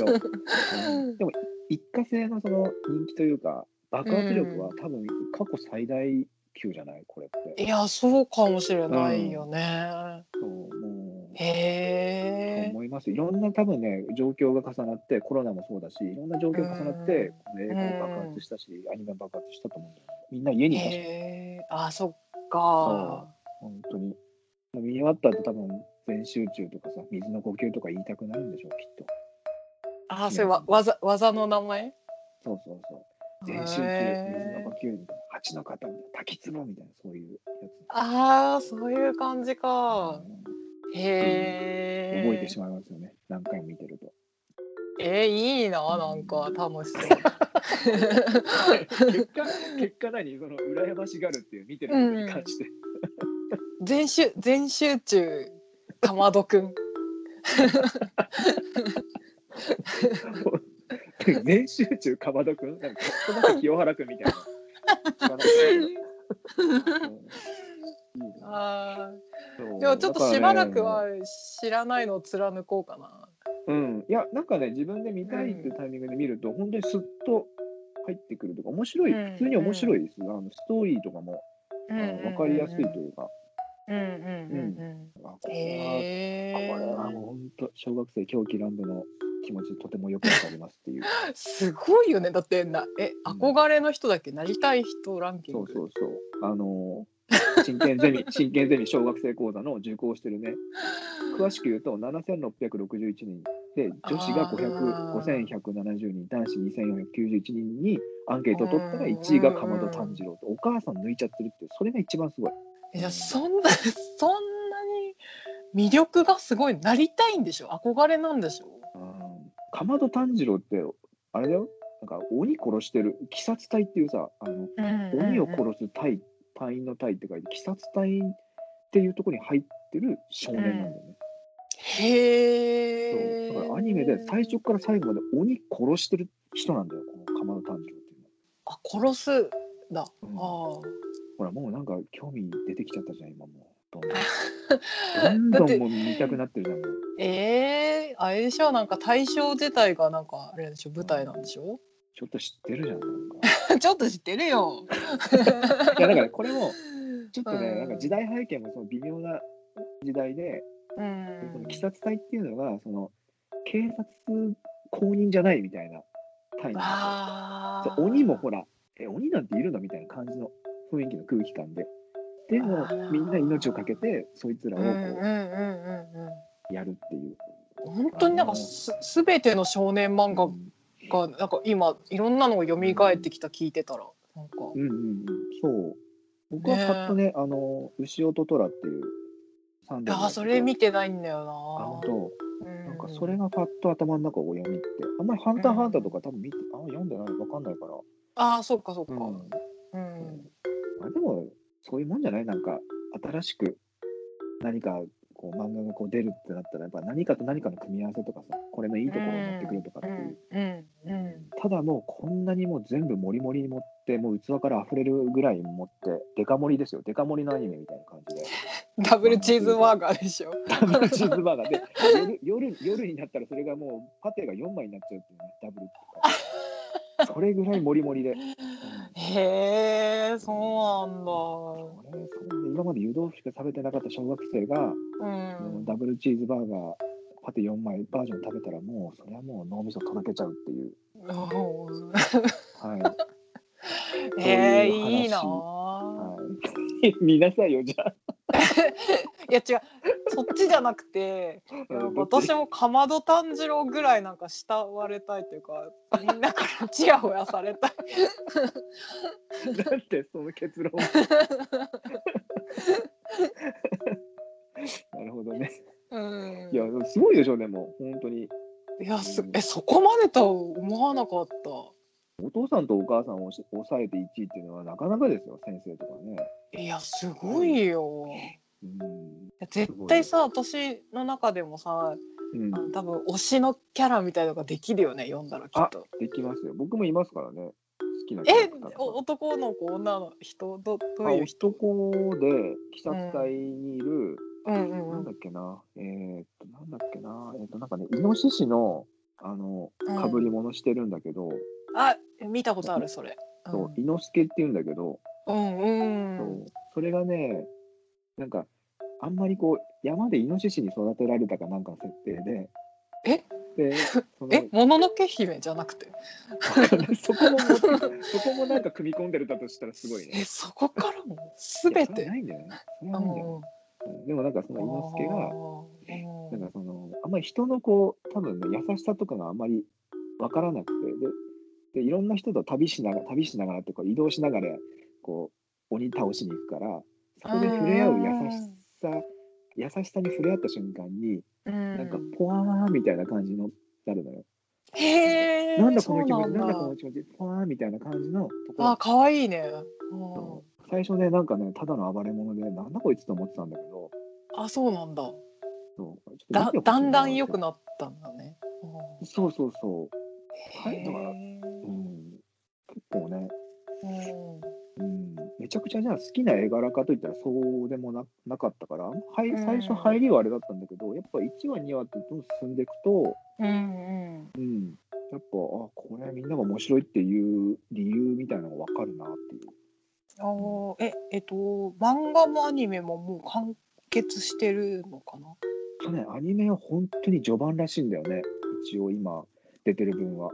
Speaker 1: うんでも一過性のその人気というか爆発力は
Speaker 2: う
Speaker 1: 多分過去最大級じゃないこれって、
Speaker 2: いやそうかもしれないよね、
Speaker 1: そうもうと
Speaker 2: へえ
Speaker 1: 思いますいろんな多分ね状況が重なってコロナもそうだしいろんな状況が重なって
Speaker 2: うん
Speaker 1: この映画も爆発したしアニメも爆発したと思うんだよねみんな家にいたし
Speaker 2: へえあそっ
Speaker 1: そ
Speaker 2: か
Speaker 1: 本当にもう見終わった後多分全集中とかさ水の呼吸とか言いたくなるんでしょうきっと
Speaker 2: あ、それわ、技、技の名前。
Speaker 1: そうそうそう全集中水の呼吸みたいな蜂の方みたいな滝つぼみたいなそういうや
Speaker 2: ああ、そういう感じ
Speaker 1: つ
Speaker 2: か。、
Speaker 1: う
Speaker 2: へ
Speaker 1: ん
Speaker 2: え。
Speaker 1: 覚えてしまいますよね何回も見てる
Speaker 2: [laughs]
Speaker 1: と
Speaker 2: えー、いいな、なんか楽しそう。
Speaker 1: 結果結果何その羨ましがるっていう見てることに関して、
Speaker 2: 全集、全集中。かまどくん。
Speaker 1: [laughs] 全集中かまどくんなんかちょっとなんか清原くんみたい
Speaker 2: [laughs]
Speaker 1: な。
Speaker 2: あ
Speaker 1: う
Speaker 2: あ、
Speaker 1: ん
Speaker 2: でもちょっとしばらく。
Speaker 1: そうだから
Speaker 2: は
Speaker 1: ね
Speaker 2: 知らないのを貫こうかな。
Speaker 1: うん、いや、なんかね、自分で見たいっていうタイミングで見ると、本当にすっと入ってくるとか、面白い、
Speaker 2: うん
Speaker 1: 普通に面白いです。あのストーリーとかも、
Speaker 2: う
Speaker 1: あの分かりやすいというか、
Speaker 2: うんうんうん
Speaker 1: あこ
Speaker 2: うん。
Speaker 1: れ
Speaker 2: へ
Speaker 1: は、これは
Speaker 2: え。
Speaker 1: もう本当、小学生狂気乱舞の気持ち、とてもよくわかりますっていう。
Speaker 2: すごいよね。だってな、え、憧れの人だっけ、なりたい人ランキン
Speaker 1: そう
Speaker 2: グ。
Speaker 1: そうそう。あのー真剣ゼミ、真剣ゼミ小学生講座の受講してるね、詳しく言うと7661人で、女子が
Speaker 2: あー
Speaker 1: 500 5170人、男子2491人にアンケート取ったら1位がかまど炭治郎と、お母さん抜いちゃってるっていう、それが一番すごい。
Speaker 2: いやそんな [laughs] そんなに魅力がすごいなりたいんでしょ憧れなんでしょ
Speaker 1: うんかまど炭治郎って、あれだよ、なんか鬼殺してる、鬼殺隊っていうさ、あの鬼を殺す隊、隊員の隊って書いて、鬼殺隊っていうところに入ってる少年なんだよね。
Speaker 2: す
Speaker 1: そう
Speaker 2: へえ
Speaker 1: だからアニメで最初から最後まで鬼殺してる人なんだよこの鎌田炭治郎っていう
Speaker 2: あ殺すだ、
Speaker 1: うん
Speaker 2: ああ
Speaker 1: のはほらもうなんか興味出てきちゃったじゃん今もうど
Speaker 2: [laughs]
Speaker 1: んどんどんどんもう見たくなってるじゃんもう
Speaker 2: ええあれでしょなんか対象自体がなんかあれでしょ舞台なんでしょ [laughs]
Speaker 1: ちょっと知ってるじゃんなんか
Speaker 2: ちょっと知ってるよ
Speaker 1: いやだからこれもちょっとね、
Speaker 2: うん
Speaker 1: なんか時代背景もその微妙な時代で、
Speaker 2: う
Speaker 1: そ
Speaker 2: ん
Speaker 1: の鬼殺隊っていうのがその警察公認じゃないみたいな単位なん
Speaker 2: あ
Speaker 1: ですよ
Speaker 2: あ
Speaker 1: そう鬼もほらえ鬼なんているのみたいな感じの雰囲気の空気感ででも
Speaker 2: あー
Speaker 1: みんな命を懸けてそいつらを
Speaker 2: うん
Speaker 1: こ
Speaker 2: うんうん
Speaker 1: う
Speaker 2: うんうん
Speaker 1: やるっていう、
Speaker 2: 本当になんかすすべての少年漫画がなんか今いろんなのが蘇ってきた聞いてたらなんか
Speaker 1: うんうんうんそう僕はパッとねあの牛音虎っていう3
Speaker 2: あーそれ見てないんだよな
Speaker 1: あ本当
Speaker 2: うん
Speaker 1: なんかそれがパッと頭の中を読みってあんまり「ハンターハンター」とか多分見てあんま読んでないわかんないから、
Speaker 2: ああそうかそうか
Speaker 1: うん
Speaker 2: うん
Speaker 1: まあ、でもそういうもんじゃないなんか新しく何かこう漫画がこう出るってなったらやっぱ何かと何かの組み合わせとかさこれのいいところを持ってくるとかっていう、
Speaker 2: うんうん
Speaker 1: ただもうこんなにもう全部もりもりに持ってもう器から溢れるぐらい持ってデカ盛りですよデカ盛りのアニメみたいな感じで
Speaker 2: ダブルチーズバーガーでしょ
Speaker 1: ダブルチーズバーガーで夜夜夜になったらそれがもうパテが4枚になっちゃうっていうねダブルとかそれぐらいもりもりで、うん
Speaker 2: へえそ
Speaker 1: これそ
Speaker 2: う
Speaker 1: んな今まで湯豆腐しか食べてなかった小学生が
Speaker 2: なんだうん
Speaker 1: ダブルチーズバーガーパテ4枚バージョン食べたらもうそれはもう脳みそとろけちゃうっていう、
Speaker 2: うん [laughs]
Speaker 1: はいそういう話
Speaker 2: えーいいな
Speaker 1: は
Speaker 2: あ
Speaker 1: い、見なさいよじゃあ
Speaker 2: いや違うそっちじゃなくていやなんか私もかまど炭治郎ぐらいなんか慕われたいというかみんなからちやほやされたい
Speaker 1: だってその結論なるほどね
Speaker 2: うん
Speaker 1: いやでもすごいでしょでも本当に
Speaker 2: いやすえそこまでとは思わなかった
Speaker 1: お父さんとお母さんを押さえて1位っていうのはなかなかですよ先生とかね
Speaker 2: いやすごいよ
Speaker 1: うん
Speaker 2: いや絶対さ私の中でもさ
Speaker 1: うん
Speaker 2: あの多分推しのキャラみたいのができるよね読んだらきっと
Speaker 1: できますよ僕もいますからね好きなキャラ
Speaker 2: え
Speaker 1: クターとか
Speaker 2: お男の子女の人どど
Speaker 1: あ
Speaker 2: ういう人
Speaker 1: 男で鬼殺隊にいる、
Speaker 2: うんうんう
Speaker 1: なん
Speaker 2: ん
Speaker 1: だっけな、えーっと、なんだっけな、えーっと、なんかね、イノシシの、あの、
Speaker 2: うん
Speaker 1: かぶり物してるんだけど、
Speaker 2: あ見たことあるそれう、
Speaker 1: そうんイノスケって言うんだけど、
Speaker 2: うんうん
Speaker 1: そうそれがね、なんか、あんまりこう、山でイノシシに育てられたかなんかの設定で、
Speaker 2: え
Speaker 1: で、その
Speaker 2: え、もののけ姫じゃなくて。
Speaker 1: [laughs] そこも持って、
Speaker 2: [laughs]
Speaker 1: そこもなんか組み込んでるだとしたらすごいね。
Speaker 2: え、そこからも、す
Speaker 1: い
Speaker 2: べ
Speaker 1: やそれは
Speaker 2: て。
Speaker 1: ないんじゃないそれ
Speaker 2: う
Speaker 1: はないんじゃない
Speaker 2: ん
Speaker 1: うんでもなんかそのイノスケが、
Speaker 2: あー
Speaker 1: なんかそのあんまり人のこう多分ね優しさとかがあんまり分からなくてででいろんな人と旅しながら旅しながらってこう移動しながらこう鬼倒しに行くからそこで触れ合う優しさ優しさに触れ合った瞬間に
Speaker 2: うん
Speaker 1: なんかポワーみたいな感じのなるのよ、
Speaker 2: へえ。
Speaker 1: なんだこの気持ち
Speaker 2: そう
Speaker 1: なん
Speaker 2: な
Speaker 1: だ
Speaker 2: ん
Speaker 1: この
Speaker 2: だ。
Speaker 1: 気持ちポワーみたいな感じのとこ
Speaker 2: あ、
Speaker 1: ろ
Speaker 2: 可愛いね。
Speaker 1: そう最初ねなんかねただの暴れ者でなんだこいつと思ってたんだけど
Speaker 2: あ、そうなんだ。
Speaker 1: そうちょっ
Speaker 2: だ
Speaker 1: と見てほしいな、
Speaker 2: だんだん良くなったんだね。
Speaker 1: そうそうそう
Speaker 2: うん
Speaker 1: はいだから
Speaker 2: へー
Speaker 1: うん結構ね、
Speaker 2: うん
Speaker 1: うん、めちゃくちゃじゃあ好きな絵柄かといったらそうでもななかったから、はい、
Speaker 2: うん
Speaker 1: 最初入りはあれだったんだけどやっぱ1話2話ってどんどん進んでいくと、
Speaker 2: うんうん。
Speaker 1: うん、やっぱあこれみんなが面白いっていう理由みたいなのが分かるなっていう
Speaker 2: あーえ、えっと、漫画もアニメももう完結してるのかな。
Speaker 1: そうねアニメは本当に序盤らしいんだよね一応今出てる分は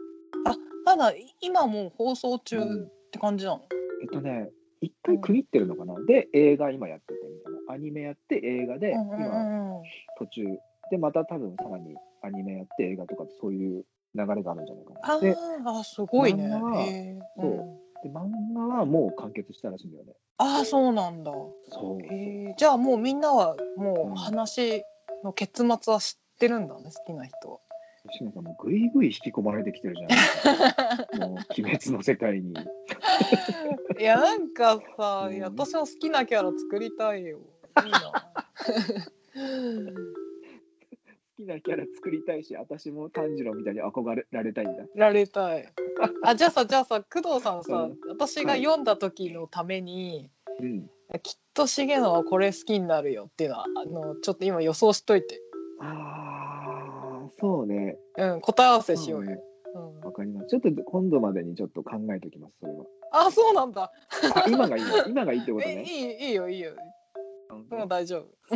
Speaker 2: まだ今もう放送中
Speaker 1: うん
Speaker 2: って感じなの。
Speaker 1: えっとね一回区切ってるのかな、で映画今やっててみたいなアニメやって映画で
Speaker 2: う
Speaker 1: 今、
Speaker 2: んうんうん。
Speaker 1: 途中でまた多分さらにアニメやって映画とかそういう流れがあるんじゃないか
Speaker 2: あ
Speaker 1: なで
Speaker 2: ーあーすごいね。
Speaker 1: 漫画は
Speaker 2: へー
Speaker 1: そう
Speaker 2: うん
Speaker 1: で漫画はもう完結したらしいんだよね
Speaker 2: ああそうなんだ。
Speaker 1: そう
Speaker 2: えー、じゃあもうみんなは
Speaker 1: う
Speaker 2: も
Speaker 1: ん
Speaker 2: う話の結末は知ってるんだね好きな人は。
Speaker 1: 吉野さんもうぐいぐい引き込まれてきてるじゃないです
Speaker 2: [laughs]
Speaker 1: かもう鬼滅の世界に
Speaker 2: いやなんかさ、
Speaker 1: うん
Speaker 2: いや私も好きな
Speaker 1: [laughs]
Speaker 2: キャラ作りたいよ。いいな
Speaker 1: 好きなキャラ作りたいし、私も炭治郎みたいに憧れられたいんだ。
Speaker 2: られたい。あじゃあさじゃあさ工藤さんさ、
Speaker 1: うん
Speaker 2: 私が読んだ時のために、
Speaker 1: うん。
Speaker 2: きっと重野はこれ好きになるよっていうのはあのちょっと今予想しといて、
Speaker 1: ああ、そうね。
Speaker 2: うん、答え合わせしよう
Speaker 1: そ
Speaker 2: よ
Speaker 1: ね。
Speaker 2: うん
Speaker 1: わかります。ちょっと今度までにちょっと考えておきます、それは。
Speaker 2: あそうなんだ。
Speaker 1: あ、 [laughs] 今がいいの今がいいってこと
Speaker 2: え
Speaker 1: ね。
Speaker 2: いいいいよいいよ。
Speaker 1: うん
Speaker 2: もう大丈夫。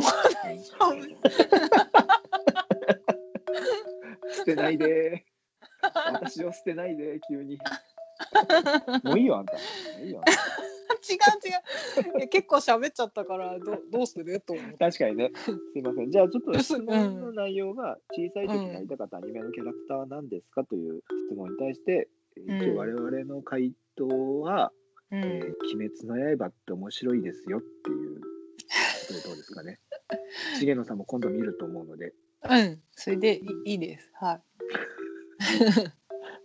Speaker 1: [laughs]
Speaker 2: [laughs]
Speaker 1: 捨てないでー。私を捨てないでー、急
Speaker 2: [laughs]
Speaker 1: に。もういいよ、あんた。いいよ。
Speaker 2: 違う違う。え結構喋っちゃったからどうどうすると思って。
Speaker 1: 確かにね。すいません。じゃあ、ちょっと質問
Speaker 2: う
Speaker 1: の内容が、小さい時になりたかったアニメのキャラクターは何ですかという質問に対して、
Speaker 2: ん
Speaker 1: 一応我々の回答は、
Speaker 2: う
Speaker 1: えー
Speaker 2: ん、
Speaker 1: 鬼滅の刃って面白いですよっていうことでどうですかね。
Speaker 2: [laughs]
Speaker 1: 重野さんも今度見ると思うので、
Speaker 2: うん、それでいいいいです。はい。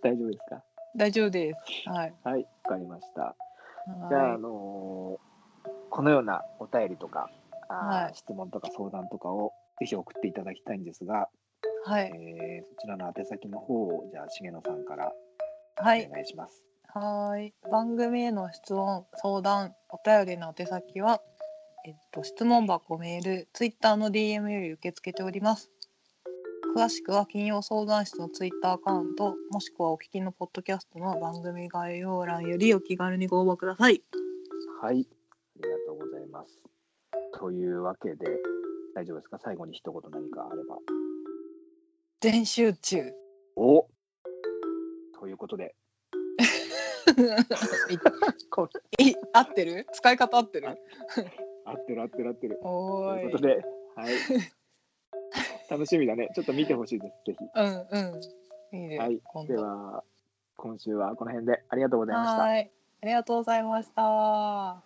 Speaker 1: 大丈夫ですか
Speaker 2: 大丈夫です。はい。
Speaker 1: はい、わかりました。
Speaker 2: はい
Speaker 1: じゃあ、あのーこのようなお便りとか、あー
Speaker 2: はい
Speaker 1: 質問とか相談とかをぜひ送っていただきたいんですが、
Speaker 2: はい。
Speaker 1: えーそちらの宛先の方を、じゃあ、重野さんから
Speaker 2: はい
Speaker 1: お願いします。
Speaker 2: はい。番組への質問、相談、お便りの宛先は、えっと、質問箱、メール、ツイッターの DM より受け付けております。詳しくは金曜相談室のツイッターアカウント、もしくはお聞きのポッドキャストの番組概要欄よりお気軽にご応募ください。
Speaker 1: はい、ありがとうございます。というわけで、大丈夫ですか最後に一言何かあれば。
Speaker 2: 全集 [laughs] 中。
Speaker 1: おということで、これ
Speaker 2: いい合ってる使い方合ってる
Speaker 1: 合ってる合ってる合ってる。
Speaker 2: お
Speaker 1: と
Speaker 2: ー
Speaker 1: い
Speaker 2: いう
Speaker 1: こと。で、
Speaker 2: [laughs]
Speaker 1: はい。楽しみだね。ちょっと見てほしいです、ぜひ。
Speaker 2: うんうん。いいね、
Speaker 1: はい
Speaker 2: 今
Speaker 1: で
Speaker 2: 度。
Speaker 1: は今週はこの辺でありがとうございました。
Speaker 2: はい。ありがとうございました。